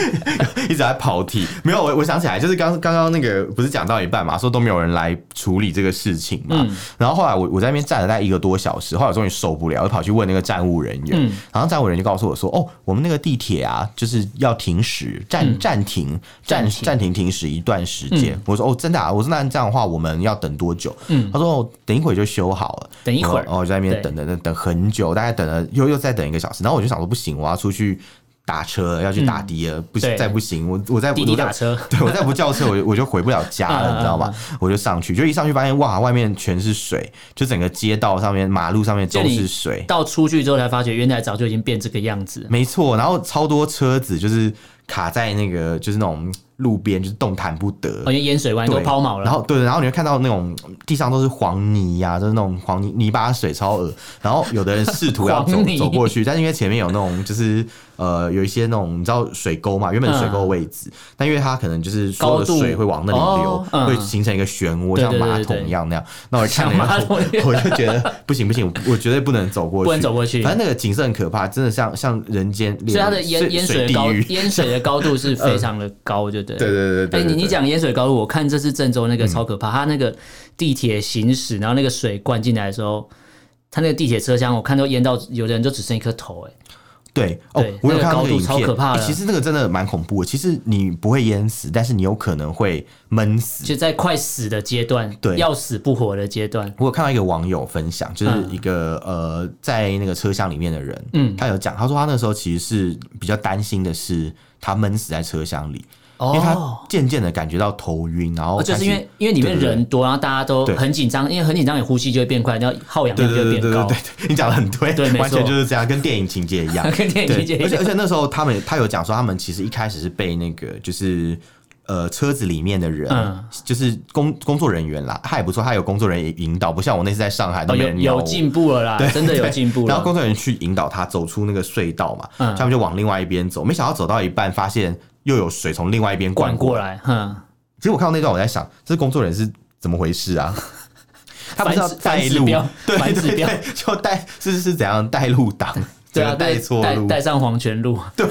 B: (laughs) 一直在跑题。没有，我我想起来，就是刚刚刚那个不是讲到一半嘛，说都没有人来处理这个事情嘛。
A: 嗯
B: 然后后来我我在那边站了大概一个多小时，后来我终于受不了，我就跑去问那个站务人员，
A: 嗯
B: 然后站务人员就告诉我说，哦，我们那个地铁啊，就是要停驶，暂暂停，
A: 嗯暂
B: 暂
A: 停嗯
B: 暂停停驶一段时间。我说哦，真的啊，我说那这样的话，我们要等多久？他说哦，等一会儿就修好了，
A: 等一会儿
B: 然后我就在那边
A: 对
B: 等。等等等等很久，大概等了又又再等一个小时，然后我就想说不行，我要出去。打车了，要去
A: 嗯
B: 打的了，不行，
A: 对
B: 再不行，我我再不
A: 滴滴
B: 我再
A: 打车
B: (laughs)
A: 嗯
B: 对我再不叫车，我就我就回不了家了，你知道吗？我就上去，就一上去发现哇，外面全是水，就整个街道上面、马路上面都
A: 就你
B: 是水，
A: 到出去之后才发觉，原来早就已经变这个样子。
B: 没错。然后超多车子就是卡在那个就是那种路边，就是动弹不得。
A: 好像哦淹水湾都
B: 对，
A: 抛锚了，
B: 然后对，然后你会看到那种地上都是黄泥呀、就是那种黄泥泥巴水超恶。然后有的人试图要走
A: 黄泥
B: 走过去，但是因为前面有那种就是呃有一些那种你知道水沟嘛，原本水沟位置，但因为它可能就是所有
A: 高
B: 的
A: 度
B: 水会往那里流，
A: 哦嗯
B: 会形成一个漩涡，
A: 对
B: 像
A: 对
B: 马
A: 对对
B: 桶一样那样。那我看了
A: 像马
B: 以后
A: 桶一样
B: 我就觉得不行不行，我绝对不能走过去，
A: 不能走过去
B: 反正那个景色很可怕，真的像像人间，
A: (laughs) 所以它的
B: 水
A: 淹淹水
B: 水
A: 的高
B: 地狱。
A: 淹水的高度是非常的高，就对了。
B: 对对对对对
A: 哎，你
B: 对嗯
A: 你讲淹水高度，我看这次郑州那个超可怕，它那个地铁行驶，然后那个水灌进来的时候，它那个地铁车厢，我看都淹到有的人就只剩一颗头，
B: 嗯
A: 哎，
B: 对哦
A: 对，
B: 我有
A: 那个
B: 看
A: 高
B: 到那个
A: 度
B: 影
A: 超
B: 片，
A: 可怕
B: 欸
A: 的
B: 其实那个真的蛮恐怖的。其实你不会淹死，但是你有可能会闷死。
A: 就在快死的阶段，
B: 对
A: 要死不活的阶段，
B: 我有看到一个网友分享，就是
A: 嗯
B: 一个、呃，在那个车厢里面的人，嗯，他有讲，他说他那时候其实是比较担心的是他闷死在车厢里，因为他
A: 哦。
B: 渐渐的感觉到头晕，然后
A: 哦就是
B: 开
A: 因
B: 始
A: 为因为里面
B: 对对对
A: 人多，然后大家都
B: 对
A: 很紧张，因为很紧张，你呼吸就会变快，然后耗氧
B: 对
A: 量
B: 对
A: 就会
B: 对对
A: 变
B: 对
A: 高 (laughs)
B: 对，对，你讲的很对，
A: 对没
B: 完全
A: 错。
B: 就是这样，跟电影情节一样
A: (laughs) 跟电影情节
B: 对，
A: 一
B: 而且而
A: 样。
B: 且那时候他们他有讲说，他们其实一开始是被那个就是。呃，车子里面的人、
A: 嗯
B: 就是工工作人员啦，他也不错，他有工作人员引导，不像我那次在上海都
A: 哦
B: 没
A: 有
B: 人鸟
A: 有
B: 我。
A: 进步了啦，真的有进步
B: 然后工
A: 了。
B: 作人员去引导他走出那个隧道嘛，
A: 嗯
B: 他们就往另外一边走，没想到走到一半，发现又有水从另外一边灌
A: 灌
B: 过
A: 过
B: 来。
A: 来，哼，
B: 其实我看到那段，我在想，这工作人员是怎么回事啊？他不是
A: (laughs)
B: 要
A: 反
B: 带
A: 指反指
B: 路
A: 标，
B: (laughs) 对
A: 反指
B: 对
A: 标
B: 对，就带 (laughs) 是是是怎样带路党，
A: 对啊，
B: 整个带
A: 带
B: 错
A: 带
B: 路，
A: 带上黄泉路，
B: 对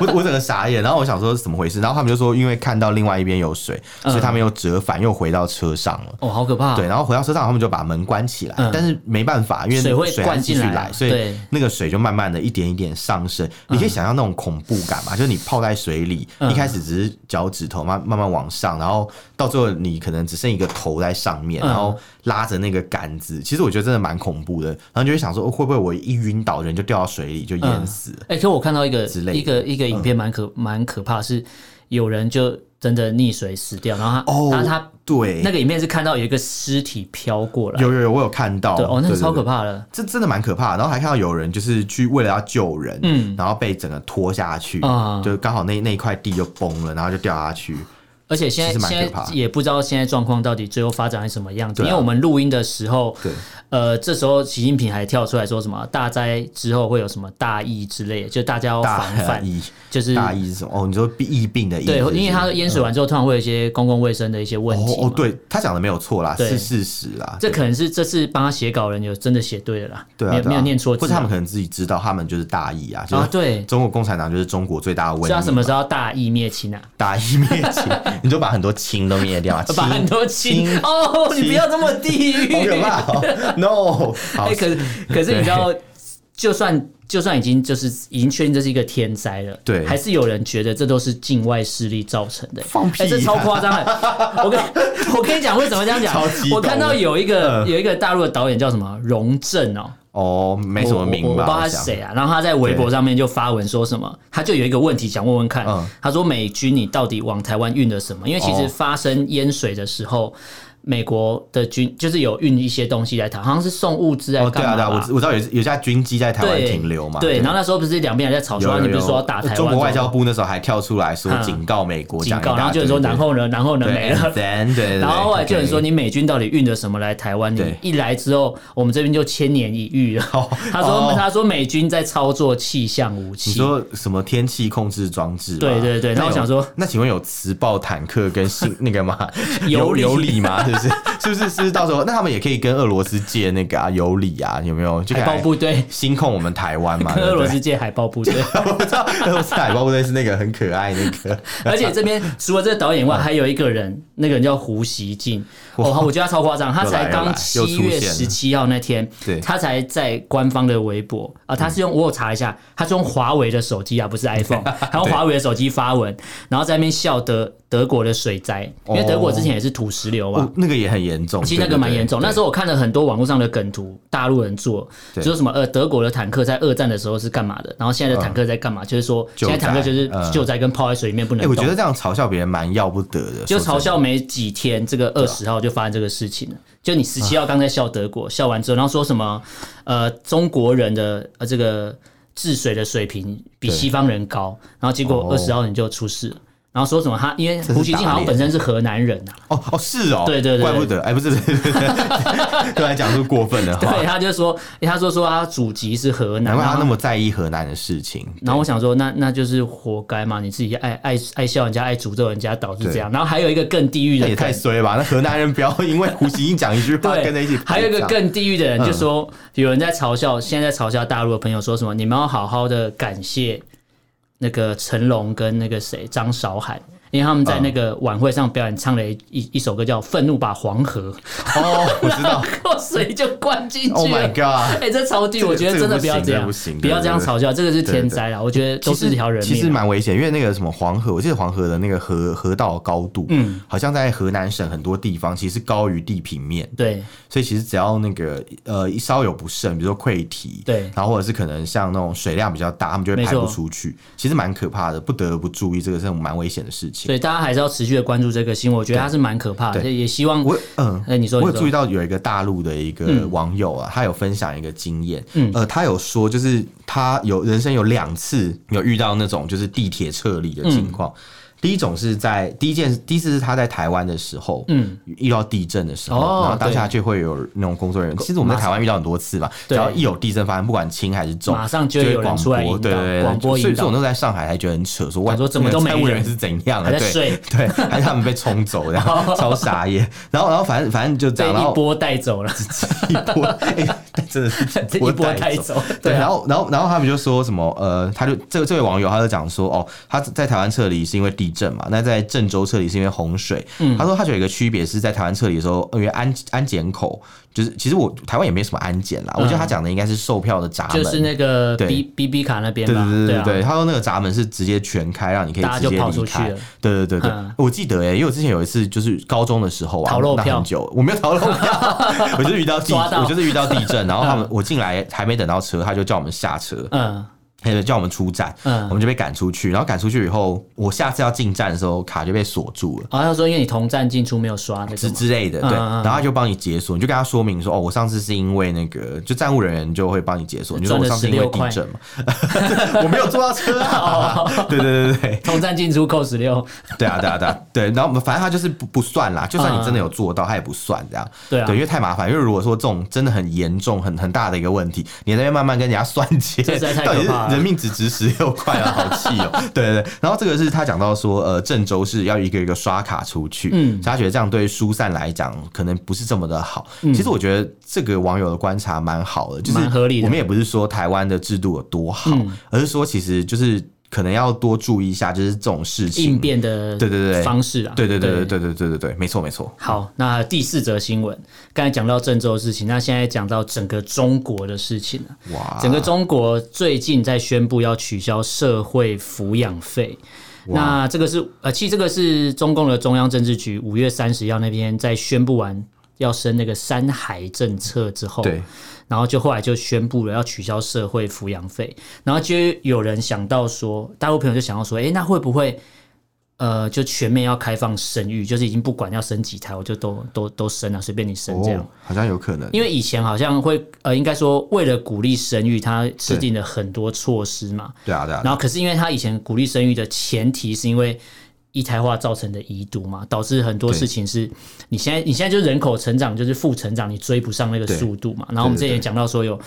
B: 我我整个傻眼，然后我想说是怎么回事，然后他们就说因为看到另外一边有水，
A: 嗯
B: 所以他们又折返又回到车上了。
A: 哦，好可怕、
B: 对，，然后回到车上，他们就把门关起来，
A: 嗯
B: 但是没办法，因为
A: 水会
B: 水还
A: 灌
B: 继续
A: 进来
B: 来，
A: 啊
B: 所以
A: 对
B: 那个水就慢慢的一点一点上升。你可以想象那种恐怖感嘛，就是你泡在水里，
A: 嗯
B: 一开始只是脚趾头慢慢慢往上，然后到最后你可能只剩一个头在上面，
A: 嗯
B: 然后拉着那个杆子。其实我觉得真的蛮恐怖的，然后你就会想说，哦会不会我一晕倒人就掉到水里就淹
A: 嗯
B: 死了？
A: 哎、可我看到一个
B: 之类的嗯
A: 一个一个影片，蛮可蛮、可怕，是有人就真的溺水死掉，然后他，
B: 哦
A: 然后他
B: 对，
A: 那个影片是看到有一个尸体飘过来，
B: 有有有，我有看到。
A: 对，哦，那个超可。
B: 对
A: 怕的，
B: 这真的蛮可怕的，然后还看到有人就是去为了要救人，
A: 嗯
B: 然后被整个拖下去，
A: 啊
B: 就刚好那那一块地就崩了，然后就掉下去。
A: 而且现
B: 其实
A: 在
B: 蛮
A: 现
B: 可怕
A: 在也不知道现在状况到底最后发展成什么样子，
B: 对啊
A: 因为我们录音的时候，
B: 对，
A: 呃，这时候习近平还跳出来说什么大灾之后会有什么大疫之类的，就大家要
B: 大
A: 防范，
B: 疫，
A: 就是
B: 大疫是什么？哦，你说疫病的疫，
A: 对
B: 是不，是
A: 因为它淹水完之后，通常会有一些公共卫生的一些问题
B: 哦
A: 嘛
B: 哦，对他讲的没有错啦，
A: 对
B: 是事实啦。
A: 这
B: 对
A: 可能是这次帮他写稿的人有真的写对了啦，
B: 对啊，
A: 没有
B: 对啊
A: 没有念错字啊，
B: 或者他们可能自己知道，他们就是大疫啊，就
A: 啊
B: 是
A: 对，
B: 中国共产党就是中国最大的瘟
A: 知道
B: 疫
A: 什
B: 嘛，
A: 么时候大义灭亲啊？
B: 大疫灭亲， (laughs) 你就把很多亲都灭掉啊， (laughs) 亲
A: (laughs) 把很多亲
B: 亲
A: 哦，你不要这么地
B: 好可
A: 狱。
B: 怕哦，no，好
A: (laughs) 哎，可是可是你知道，就算就算已经就是已经确定这是一个天灾了，
B: 对
A: 还是有人觉得这都是境外势力造成的。
B: 放屁啊
A: 哎，这超夸张的。我跟我跟你讲，为什么这样讲
B: (laughs) 超激？动
A: 我看到有一个
B: 嗯
A: 有一个大陆的导演叫什么荣正哦，
B: 哦，没什么名吧？
A: 我我我不知道他
B: 我
A: 是
B: 想
A: 谁啊。然后他在微博上面就发文说什么，他就有一个问题想问问看，
B: 嗯
A: 他说美军你到底往台湾运了什么？因为其
B: 哦
A: 实发生淹水的时候。美国的军就是有运一些东西来台，好像是送物资来
B: 哦，对
A: 干嘛
B: 啊，对啊，
A: 吧、
B: 我知我知道有有一架军机在台湾
A: 对
B: 停留嘛，
A: 对，然后那时候不是两边还在吵
B: 有
A: 说，啊
B: 有
A: 你不是
B: 有
A: 说要打台湾？
B: 中国外交部那时候还跳出来说
A: 嗯
B: 警告美国，
A: 警
B: 讲
A: 告，
B: 一大
A: 然后就有
B: 堆
A: 人说然后呢，然后呢
B: 对
A: 没了
B: and，then，对对，对
A: (laughs) 然后后来就有人说，
B: 对
A: 你美军到底运了什么来台湾？你
B: 对
A: 一来之后，我们这边就千年一遇了。 (laughs) 他说
B: 哦
A: 他说美军在操作气象武器，
B: 你说什么天气控制装置嘛？
A: 对对对
B: 那
A: 然后
B: 有
A: 我想说，
B: 那请问有磁爆坦克跟信 (laughs) 那
A: (laughs)
B: 个吗？
A: 有
B: 有
A: 理
B: 有理吗？是 (laughs) 不是？是不是？是不是到时候那他们也可以跟俄罗斯借那个啊有理啊？有没有？就
A: 海
B: 给
A: 豹
B: 他
A: 部队
B: 心控我们台湾嘛？
A: 跟
B: 啊对
A: 俄
B: 不
A: 罗
B: 对
A: 斯借海豹部队，
B: (laughs) 我知道俄罗斯海豹部队是那个很可爱那个，
A: (laughs) 而且这边除了这个导演外，还有一个人，那个人叫胡锡进，哦，我觉得他超夸张，他才
B: 又来又来
A: 刚
B: 又
A: 七
B: 出
A: 月
B: 现了
A: 十七号那天
B: 对，嗯
A: 他才在官方的微博啊，他是用我有查一下，他是用华为的手机啊，不
B: (laughs)
A: 是 iPhone，他用华为的手机发文，然后在那边笑德德国的水灾，因为
B: 哦
A: 德国之前也是土石流嘛
B: 哦，那那个也很严重，
A: 其实那个蛮严重。
B: 对
A: 那时候我看了很多网络上的梗图，大陆人做，就
B: 对嗯
A: 说什么呃德国的坦克在二战的时候是干嘛的，然后现在的坦克在干嘛？就是说
B: 救
A: 现在坦克就是
B: 灾嗯
A: 救灾跟泡在水里面不
B: 哎、
A: 能
B: 我
A: 动。
B: 觉得这样嘲笑别人蛮要不得的，
A: 就
B: 说真
A: 嘲
B: 的
A: 笑没几天，这个
B: 啊
A: 二十号就发生这个事情了。就你十七号刚在笑德国，笑完之后，然后说什么呃中国人的呃这个治水的水平比
B: 对
A: 西方人高，然后结果
B: 哦
A: 二十号你就出事了。然后说什么他因为
B: 是
A: 胡锡进好
B: 打
A: 像
B: 脸
A: 本身是河南人啊，
B: 哦哦是哦，
A: 对对对
B: 怪不得哎、不是不是，不是
A: (laughs)
B: 突然讲出过分的话
A: 对，，他就说他说说他祖籍是河南，
B: 难怪
A: 然
B: 他
A: 后
B: 那么在意河南的事情。
A: 然后我想说，那那就是活该嘛，你自己爱爱爱笑人家，爱诅咒人家，导致这样。然后还有一个更地狱
B: 那
A: 的
B: 也
A: 梗
B: 太衰了吧！那河南人不要因为胡锡进讲一句话
A: 对，
B: 跟着一起拍
A: 还有一个
B: 掌
A: 更地狱的人，
B: 嗯
A: 就说、有人在嘲笑，现在在嘲笑大陆的朋友说什么，你们要好好的感谢那个成龙跟那个谁张韶涵。因为他
B: 嗯
A: 们在那个晚会上表演唱了一、一一首歌叫《愤怒吧黄河》，
B: 哦，我知
A: (laughs)
B: 道
A: 然后水就灌进去了。
B: ，Oh my
A: (laughs)
B: god！
A: 哎、这超地狱，
B: 这个
A: 我觉得真的不要
B: 这个
A: 样，
B: 不行这个不行
A: 要这样
B: 对对
A: 嘲笑，这个是天灾啦。我觉得都
B: 其
A: 是
B: 实
A: 条人
B: 其
A: 命啊。
B: 实蛮危险，因为那个什么黄河，我记得黄河的那个河河道高度，嗯，好像在河南省很多地方其实是高于地平面，
A: 对，
B: 所以其实只要那个呃一稍有不慎，比如说溃堤，
A: 对
B: 然后或者是可能像那种水量比较大，他们就会
A: 没
B: 排
A: 错
B: 不出去，其实蛮可怕的，不得不注意，这个是很蛮危险的事情。
A: 所以大家还是要持续的关注这个新闻，我觉得它是蛮可怕的，
B: 对
A: 也希望
B: 我嗯，
A: 哎你说
B: 我有
A: 你说嗯
B: 注意到有一个大陆的一个网友啊，他有分享一个经验，呃，他有说就是他有人生有两次有遇到那种就是地铁撤离的情况。
A: 嗯
B: 第一种是在第一件，第一次是他在台湾的时候，嗯，遇到地震的时候，
A: 哦
B: 然后当下就会有那种工作人员。其实我们在台湾遇到很多次嘛，只
A: 对
B: 要一有地震发生，不管轻还是重，
A: 马上就
B: 就
A: 会
B: 会
A: 有人
B: 广
A: 出来
B: 播
A: 引
B: 对
A: 导
B: 对对，
A: 广播
B: 所以
A: 引
B: 这种
A: 导
B: 都在上海还觉得很扯，说哇，
A: 想说怎么
B: 你
A: 都没
B: 们蔡文
A: 人
B: 人是怎样啊？
A: 还在
B: 对
A: 睡
B: (laughs) 对，还是他们被冲走，
A: (laughs)
B: 然后超傻眼。然后，然后反正反正就
A: 被
B: 这样，然
A: 一
B: 后
A: 波带走了，
B: 一波，哎，真的是
A: (laughs) 这
B: 一
A: 一
B: 波
A: 波带
B: 带走。
A: 走。
B: 对，
A: 啊
B: 然后，然后，然后他们就说什么？呃，他就这个这位网友他就讲说，哦，他在台湾撤离是因为地震嘛，那在郑州撤离是因为洪水。
A: 嗯
B: 他说他觉得有一个区别是在台湾撤离的时候，呃因为安安检口就是，其实我台湾也没什么安检啦，我觉得他讲的应该是售票的闸
A: (laughs)
B: 门，
A: 嗯就是那个
B: 对
A: B B B 卡那边
B: 对
A: 吧，
B: 对对对
A: 啊
B: 对，他说那个闸门是直接全开，让你可以
A: 大家
B: 直接
A: 就跑
B: 离
A: 出去
B: 开
A: 了。
B: 对对对对
A: 嗯，
B: 我记得哎，因为我之前有一次就是高中的时候啊，
A: 逃漏票
B: 那很久，我没有逃漏票，
A: (laughs)
B: 我就是遇到地，
A: 抓到
B: 我就是遇到地震，然后他们我进来还没等到车，他就叫我们下车，
A: 嗯，
B: 他就叫我们出站，
A: 嗯
B: 我们就被赶出去，然后赶出去以后，我下次要进站的时候卡就被锁住了。
A: 好像说因为你同站进出没有刷这
B: 之
A: 个嘛，
B: 之类的，对，
A: 嗯嗯
B: 然后他就帮你解锁，你就跟他说明说，哦，我上次是因为那个，就站务人员就会帮你解锁，你就说我上次因为地震嘛， (laughs) 我没有坐到
A: (laughs)
B: 车啊，对对对对
A: 同站进出扣十六，
B: (laughs) 对啊对啊对啊，对，然后我们反正他就是不不算啦，就算你真的有做到，他也不算这样，
A: 嗯对啊
B: 因为太麻烦，因为如果说这种真的很严重、很很大的一个问题，你在那边慢慢跟人家算钱，
A: 这实在太
B: 到底
A: 可
B: 是
A: 怕了
B: 人命只值十六块啊，好气哦、对对对，然后这个是他讲到说，呃，郑州是要一个一个刷卡出去，嗯，所以他觉得这样对疏散来讲可能不是这么的好。其实我觉得这个网友的观察蛮好的，就
A: 嗯
B: 是
A: 蛮合理的嗯
B: 我们也不是说台湾的制度有多好，而是说其实就是可能要多注意一下，就是这种事情啊
A: 应。变的
B: 对对对
A: 方式啊，
B: 对对对对对对对对对，没错没错。
A: 好，那第四则新闻，刚才讲到郑州的事情，那现在讲到整个中国的事情啊了。
B: 哇
A: 整个中国最近在宣布要取消社会抚养费。那这个是呃，其实这个是中共的中央政治局五月三十号那边在宣布完要升那个三孩政策之后，
B: 对，
A: 然后就后来就宣布了要取消社会抚养费，然后就有人想到说，大陆朋友就想到说，诶，那会不会呃，就全面要开放生育，就是已经不管要生几胎，我就都都都生啊，随便你生这样。
B: 哦，好像有可能，
A: 因为以前好像会呃，应该说为了鼓励生育，它制定了很多措施嘛。
B: 对啊对啊，
A: 然后可是因为它以前鼓励生育的前提是因为一胎化造成的遗毒嘛，导致很多
B: 对
A: 事情是你现在你现在就人口成长就是负成长，你追不上那个
B: 对
A: 速度嘛。然后我们
B: 对对
A: 之前也
B: 对
A: 讲到说有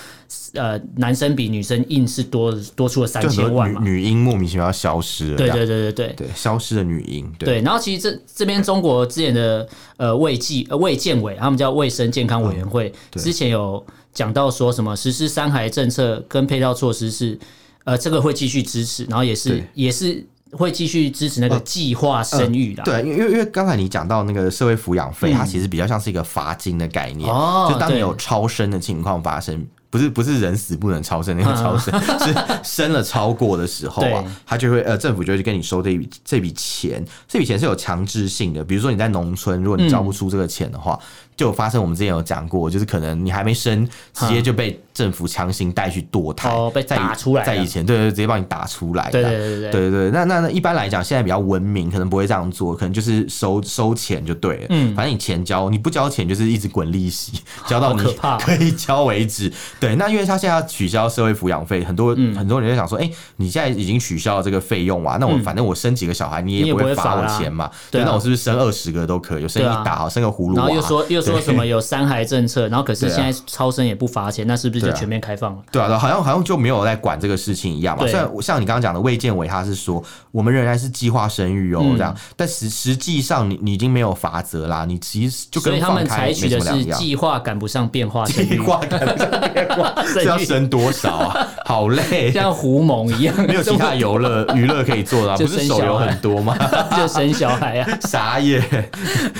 A: 呃男生比女生硬是多多出了三
B: 就很
A: 千
B: 多
A: 万
B: 女
A: 嘛。
B: 女婴莫名其妙消失了，
A: 对
B: 这样
A: 对对对对。
B: 对，啊消失的女婴，
A: 对，然后其实这这边中国之前的呃卫计呃卫健委，他们叫卫生健康委员会，
B: 嗯对
A: 之前有讲到说什么实施三孩政策跟配套措施是呃这个会继续支持，然后也是
B: 对嗯
A: 也是会继续支持那个计划生育啦。
B: 对，因为因为因为刚才你讲到那个社会抚养费，它其实比较像是一个罚金的概
A: 嗯
B: 念，
A: 哦
B: 就当你
A: 对
B: 有超生的情况发生。不不是不是人死不能超生那个超生，是生了超过的时候啊
A: 嗯对，
B: 他就会呃政府就会跟你收这笔这笔钱，这笔钱是有强制性的，比如说你在农村，如果
A: 嗯
B: 你交不出这个钱的话。就有发生，我们之前有讲过，就是可能你还没生，直接就被政府强行带去堕胎，
A: 嗯哦被
B: 在以
A: 打出来
B: 在以
A: 了
B: 前，对对，对直接帮你打出来
A: 对
B: 这样，
A: 对对对对，
B: 对对，那那那一般来讲，现在比较文明，可能不会这样做，可能就是收收钱就对了。嗯，反正你钱交，你不交钱就是一直滚利息，
A: (laughs)
B: 交到你
A: 可怕哦
B: 可以交为止。对，那因为他现在要取消社会抚养费，很多、
A: 嗯
B: 很多人就想说，哎、你现在已经取消了这个费用啊，那我反正我生几个小孩，你
A: 嗯你
B: 也
A: 也
B: 不
A: 不
B: 会
A: 会
B: 罚
A: 罚
B: 我
A: 啦
B: 钱嘛？
A: 对啊
B: 那我是不是生二十个都可以？有生一
A: 对啊
B: 打好，生个葫芦
A: 然
B: 娃。
A: 后又说又说
B: 对
A: 什么有三孩政策，然后可是
B: 对啊
A: 现在超生也不罚钱，那是不是
B: 对
A: 就
B: 啊
A: 全面开放了？
B: 对啊，对啊好像好像就没有在管这个事情一样嘛。
A: 对
B: 虽然我像你刚刚讲的，卫健委他是说我们仍然是计划生育哦、
A: 嗯
B: 这样，但实实际上你你已经没有法则啦，你其实就
A: 所
B: 跟
A: 以他们
B: 放开
A: 采
B: 没
A: 取的
B: 什么两
A: 是
B: 样。 (laughs)
A: 计划赶不上变化生育，
B: 计划赶不
A: (laughs)
B: 上变化，
A: 生
B: 是要
A: 育
B: 生多少啊？好
A: (laughs)
B: 累，
A: 像胡蒙一样，
B: (laughs) 没
A: (laughs)
B: 有其他游乐娱乐可以做的、啊，
A: 就
B: 不是
A: 生
B: 手游
A: 小孩
B: 很多吗？ (laughs)
A: 就生小孩啊。
B: 傻眼，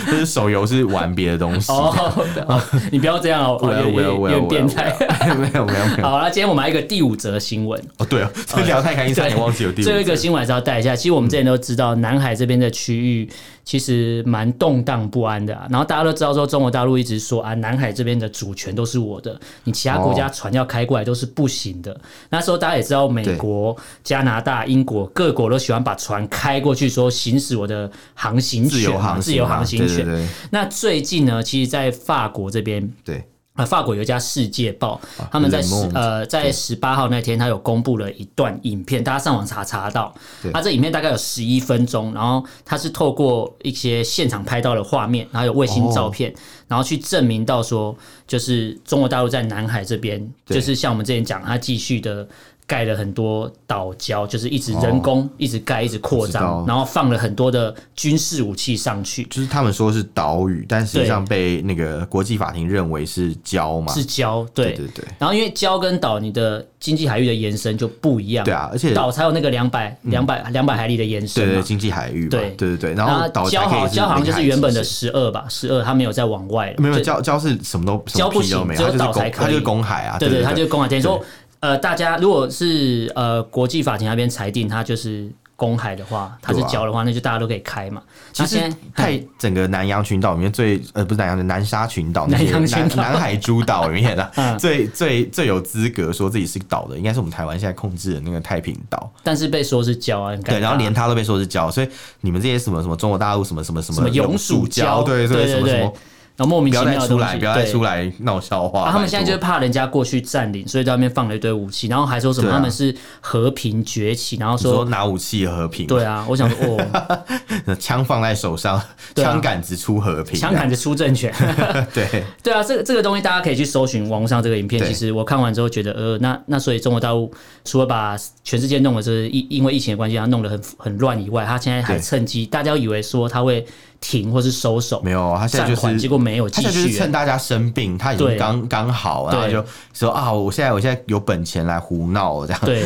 B: 就是手游是玩别的东西。
A: 哦， (laughs) 哦你不要这样哦，
B: (laughs) 我
A: 哦有有有点变 (laughs) 态。，
B: (laughs) 没有没有没有。
A: 好了，今天我们还有一个第五则新闻，
B: 哦，对哦，这聊太开心，差点忘记有第五
A: 最后一
B: 集
A: 个新闻还是要带一下。其实我们之前都知道，南海这边的区域其实蛮动荡不安的、啊。然后大家都知道说，中国大陆一直说啊，南海这边的主权都是我的，你其他国家船要开过来都是不行的。那时候大家也知道，美国、加拿大、英国各国都喜欢把船开过去，说行使我的航行
B: 自
A: 权
B: 由
A: 嘛、
B: 航行嘛，
A: 自由航行
B: 对对
A: 权。
B: 对
A: 那最近呢，其实，在法国这边。
B: 对。
A: 啊，法国有一家《世界报》，
B: 啊
A: 他们在十
B: Le Monde
A: 呃在十八号那天，他有公布了一段影片，大家上网查查得到啊
B: 对。
A: 他这影片大概有十一分钟，然后他是透过一些现场拍到的画面，然后有卫星照
B: 哦
A: 片，然后去证明到说，就是中国大陆在南海这边，
B: 对
A: 就是像我们之前讲，他继续的。盖了很多岛礁，就是一直人工、一直盖，一直扩
B: 哦我
A: 张
B: 知道，
A: 然后放了很多的军事武器上去，
B: 就是他们说是岛屿，但实际上被那个国际法庭认为是礁嘛。
A: 是礁，
B: 对对对
A: 然后因为礁跟岛，你的经济海域的延伸就不一样。
B: 对啊，而且
A: 岛才有那个两百两百两百海里的延伸
B: 对
A: 嘛。
B: 对经济海域嘛，对
A: 对
B: 对对，然
A: 然
B: 后
A: 后
B: 岛才
A: 礁
B: 可
A: 好
B: 以是
A: 礁好像就是
B: 领海
A: 原本的
B: 是
A: 十二吧，十二它没有再往外了。
B: 不是没有没有
A: 就
B: 礁礁是什么都什么
A: 礁不
B: 屁都
A: 行
B: 没
A: 只有
B: 它就是
A: 岛才
B: 公
A: 可
B: 它就是
A: 以
B: 公海啊，
A: 对
B: 对
A: 对，它就是公海，等于说
B: 对
A: 呃，大家如果是呃国际法庭那边裁定它就是公海的话，它是
B: 对啊
A: 礁的话，那就大家都可以开嘛。
B: 其
A: 那
B: 实
A: 现在 (laughs)
B: 太整个南洋群岛里面最呃不是南洋的南沙群岛那些
A: 南洋群
B: 南
A: 岛
B: 南海诸岛里面的
A: (laughs) 嗯
B: 最最最有资格说自己是岛的，应该是我们台湾现在控制的那个太平岛。
A: 但是被说是礁啊，很尴
B: 对，
A: 尬
B: 然后连他都被说是礁，所以你们这些什么什么中国大陆什么什么什
A: 什么永
B: 暑
A: 暑
B: 礁，
A: 礁，
B: 对
A: 对
B: 什么什
A: 对
B: 么，
A: 然后莫名
B: 不
A: 其
B: 要
A: 妙
B: 再
A: 的
B: 出
A: 东
B: 来，
A: 西
B: 不要再
A: 对
B: 出来闹笑话。
A: 啊，他们现在
B: 拜
A: 就是
B: 托
A: 怕人家过去占领，所以在那边放了一堆武器，然后还说什么、
B: 对啊
A: 他们是和平崛起，然后
B: 你说
A: 说
B: 拿武器和平，
A: 对
B: (laughs)
A: 啊，我想说哦，
B: 枪放在手上，
A: 对啊
B: 枪杆子出和平，啊
A: 枪杆子出政权，
B: (laughs) 对
A: (laughs) 对啊，这个这个东西大家可以去搜寻网络上这个影片。
B: 对
A: 其实我看完之后觉得，呃，那那所以中国大陆除了把全世界弄的就是因因为疫情的关系，它弄得很很乱以外，它现在还
B: 对
A: 趁机，大家以为说它会停或是收手
B: 没有，啊他现在
A: 暂缓，
B: 就
A: 结
B: 是。
A: 果没有继
B: 他现在就是
A: 续
B: 趁
A: 欸。
B: 大家生病，他已经
A: 对
B: 刚刚好，然后
A: 对
B: 就说啊，我现在我现在有本钱来胡闹这样， (laughs)
A: 对，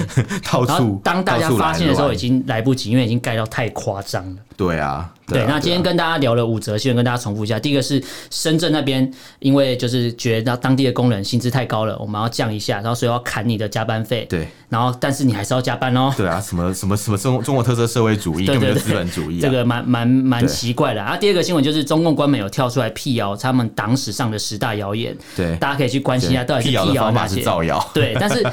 B: 到
A: 然后
B: 处
A: 当大家
B: 到处
A: 发现的时候，
B: 来
A: 已经来不及，因为已经盖到太夸张了。
B: 乱，对啊，
A: 对，
B: 啊
A: 那今天
B: 对啊
A: 跟大家聊了五则新闻，跟大家重复一下。第一个是深圳那边，因为就是觉得当地的工人薪资太高了，我们要降一下，然后所以要砍你的加班费。，
B: 对
A: 然后但是你还是要加班哦。
B: 对啊，什么什么什么中中国特色社会主义，
A: 对
B: 根
A: 对
B: 本就
A: 对，
B: 资本主义啊，
A: 这个蛮蛮蛮
B: 对
A: 奇怪的啊。第二个新闻就是中共官媒有跳出来辟谣他们党史上的十大谣言，
B: 对，
A: 大家可以去关心一下到底是
B: 辟
A: 辟
B: 谣的
A: 谣
B: 方
A: 哪
B: 法是
A: 些。
B: 造
A: (laughs)
B: 谣，
A: 对，但是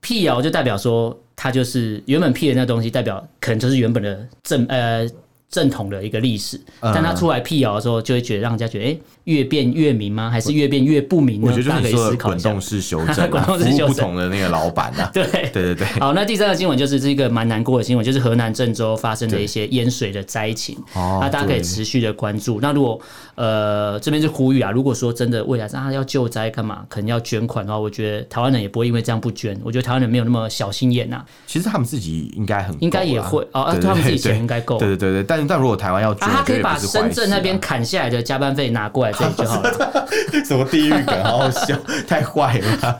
A: 辟谣就代表说，它就是原本辟的那东西，代表可能就是原本的正呃正统的一个历史，
B: 嗯
A: 但它出来辟谣的时候，就会觉得让人家觉得，哎、越辩越明吗？还是越辩越不明呢？
B: 我觉得就是
A: 大家可
B: 你
A: 以
B: 说
A: 思
B: 的
A: 考一
B: 滚
A: 下
B: 动。式修正、啊，
A: (laughs) 滚动式
B: 服
A: 修
B: 务
A: 正。
B: 不同的那个老板啊
A: (laughs) 对。
B: 对对对，
A: 好，那第三个新闻就是这个蛮难过的新闻，就是河南郑州发生的一些淹水的灾情，啊
B: 哦
A: 那大家可以
B: 对
A: 持续的关注。那如果呃这边是呼吁啊，如果说真的未来啊要救灾干嘛，可能要捐款的话，我觉得台湾人也不会因为这样不捐，我觉得台湾人没有那么小心眼呐、啊
B: 其实他们自己应该很够啦
A: 应该也会哦，啊
B: 对对
A: 他们自己
B: 哦对
A: 钱应该够。
B: 对对对对，但但但如果台湾要追，
A: 啊，他
B: 我觉
A: 可
B: 得
A: 以
B: 也
A: 把
B: 不是坏事啊
A: 深圳那边砍下来的加班费拿过来这里就好了。
B: (laughs) 什么地狱梗，好好笑， (laughs) 太
A: (laughs)
B: 坏了。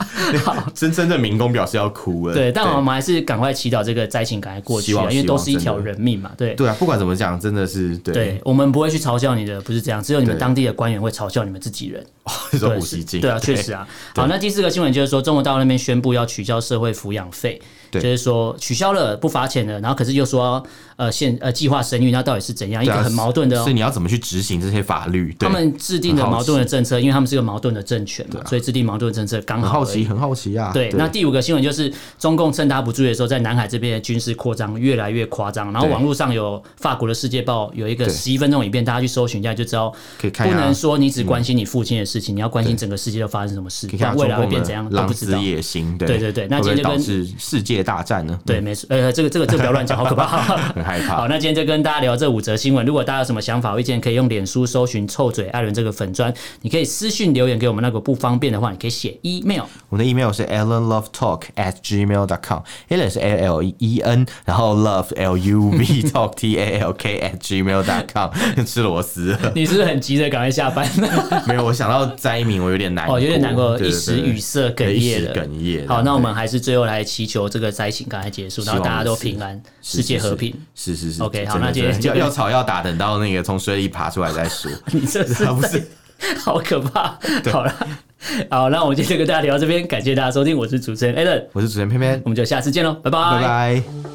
B: 深深圳民工表示要哭了。
A: 对，但我们还是赶快祈祷这个灾情赶快过去
B: 希
A: 啊，
B: 望
A: 因为都是一
B: 希
A: 条
B: 望真的
A: 人命嘛。对，
B: 对啊，不管怎么讲，真的是对。
A: 对，我们不会去嘲笑你的，不是这样，只有你们
B: 对
A: 当地的官员会嘲笑你们自己人。
B: 你说
A: 对，
B: 五
A: 是
B: 十斤，
A: 对啊，确实啊。好，那第四个新闻就是说，中国大陆那边宣布要取消社会抚养费，就
B: 对
A: 是说取消了不罚钱了，然后可是又说呃现呃计划生育，那到底是怎样一
B: 对
A: 个
B: 啊
A: 很矛盾的哦
B: 所以。你要怎么去执行这些法律？对
A: 他们制定的
B: 很好
A: 矛
B: 奇啊
A: 盾的政策，因为他们是个矛盾的政权嘛，所以制定矛盾的政策刚
B: 很
A: 好
B: 好
A: 而已
B: 奇，。很好奇啊。
A: 对，那第五个新闻就是中共趁他不注意的时候，在南海这边的军事扩张越来越夸张。然后
B: 对
A: 网络上有法国的《世界报》有一个
B: 对
A: 十一分钟影片，大家去搜寻一下就知道，
B: 可以看一
A: 不
B: 下嗯
A: 能说你只关心你父亲的事情，你要关心整个世界都发生什么事，
B: 可
A: 不
B: 以看
A: 然
B: 看
A: 未来
B: 中
A: 会
B: 共
A: 变怎样
B: 的
A: 都
B: 狼
A: 不知
B: 子
A: 道。
B: 野心，对
A: 对对对那
B: 会不
A: 今
B: 会
A: 天就
B: 导
A: 跟
B: 致世界大战呢？
A: 对，
B: 嗯，
A: 没错，呃，这个这个这个不要乱讲，好可怕。
B: (laughs) 很害
A: 好，
B: 怕。
A: 那今天就跟大家聊这五则新闻。如果大家有什么想法或意见，可以用脸书搜寻“臭嘴艾伦”这个粉砖，你可以私讯留言给我们。那个不方便的话，你可以写 email。
B: 我们的 email 是 allenlovetalk at gmail dot com，allen 是 a l e n，然后 love l u v talk t a l k at gmail dot com，吃 (laughs) 螺丝了。
A: 你是不是很急着赶快下 (laughs) 班？
B: 没有，我想到灾民，我有点难
A: 哦，有点难过，
B: 对
A: 一
B: 对
A: 时
B: 对
A: 语塞，哽咽了。
B: 对一时哽咽。
A: 好，那我们还是最后来祈求这个灾情赶快结束，
B: 希
A: 然
B: 望
A: 后大家都
B: 是
A: 平安，
B: 是
A: 世界
B: 是是
A: 和
B: (laughs)
A: 平。
B: 是是是。
A: OK，好
B: 真的
A: 那今天
B: 真的
A: 就
B: 要要吵要打，等到那个从水里爬出来再说。
A: 你这 (laughs) 是
B: 啊不是
A: 在好可怕。好了，好，那我们今天就跟大家聊到这边，感谢大家收听，我是主持人 a l a n
B: 我是主持人偏偏，
A: 我们就下次见喽，拜
B: 拜拜。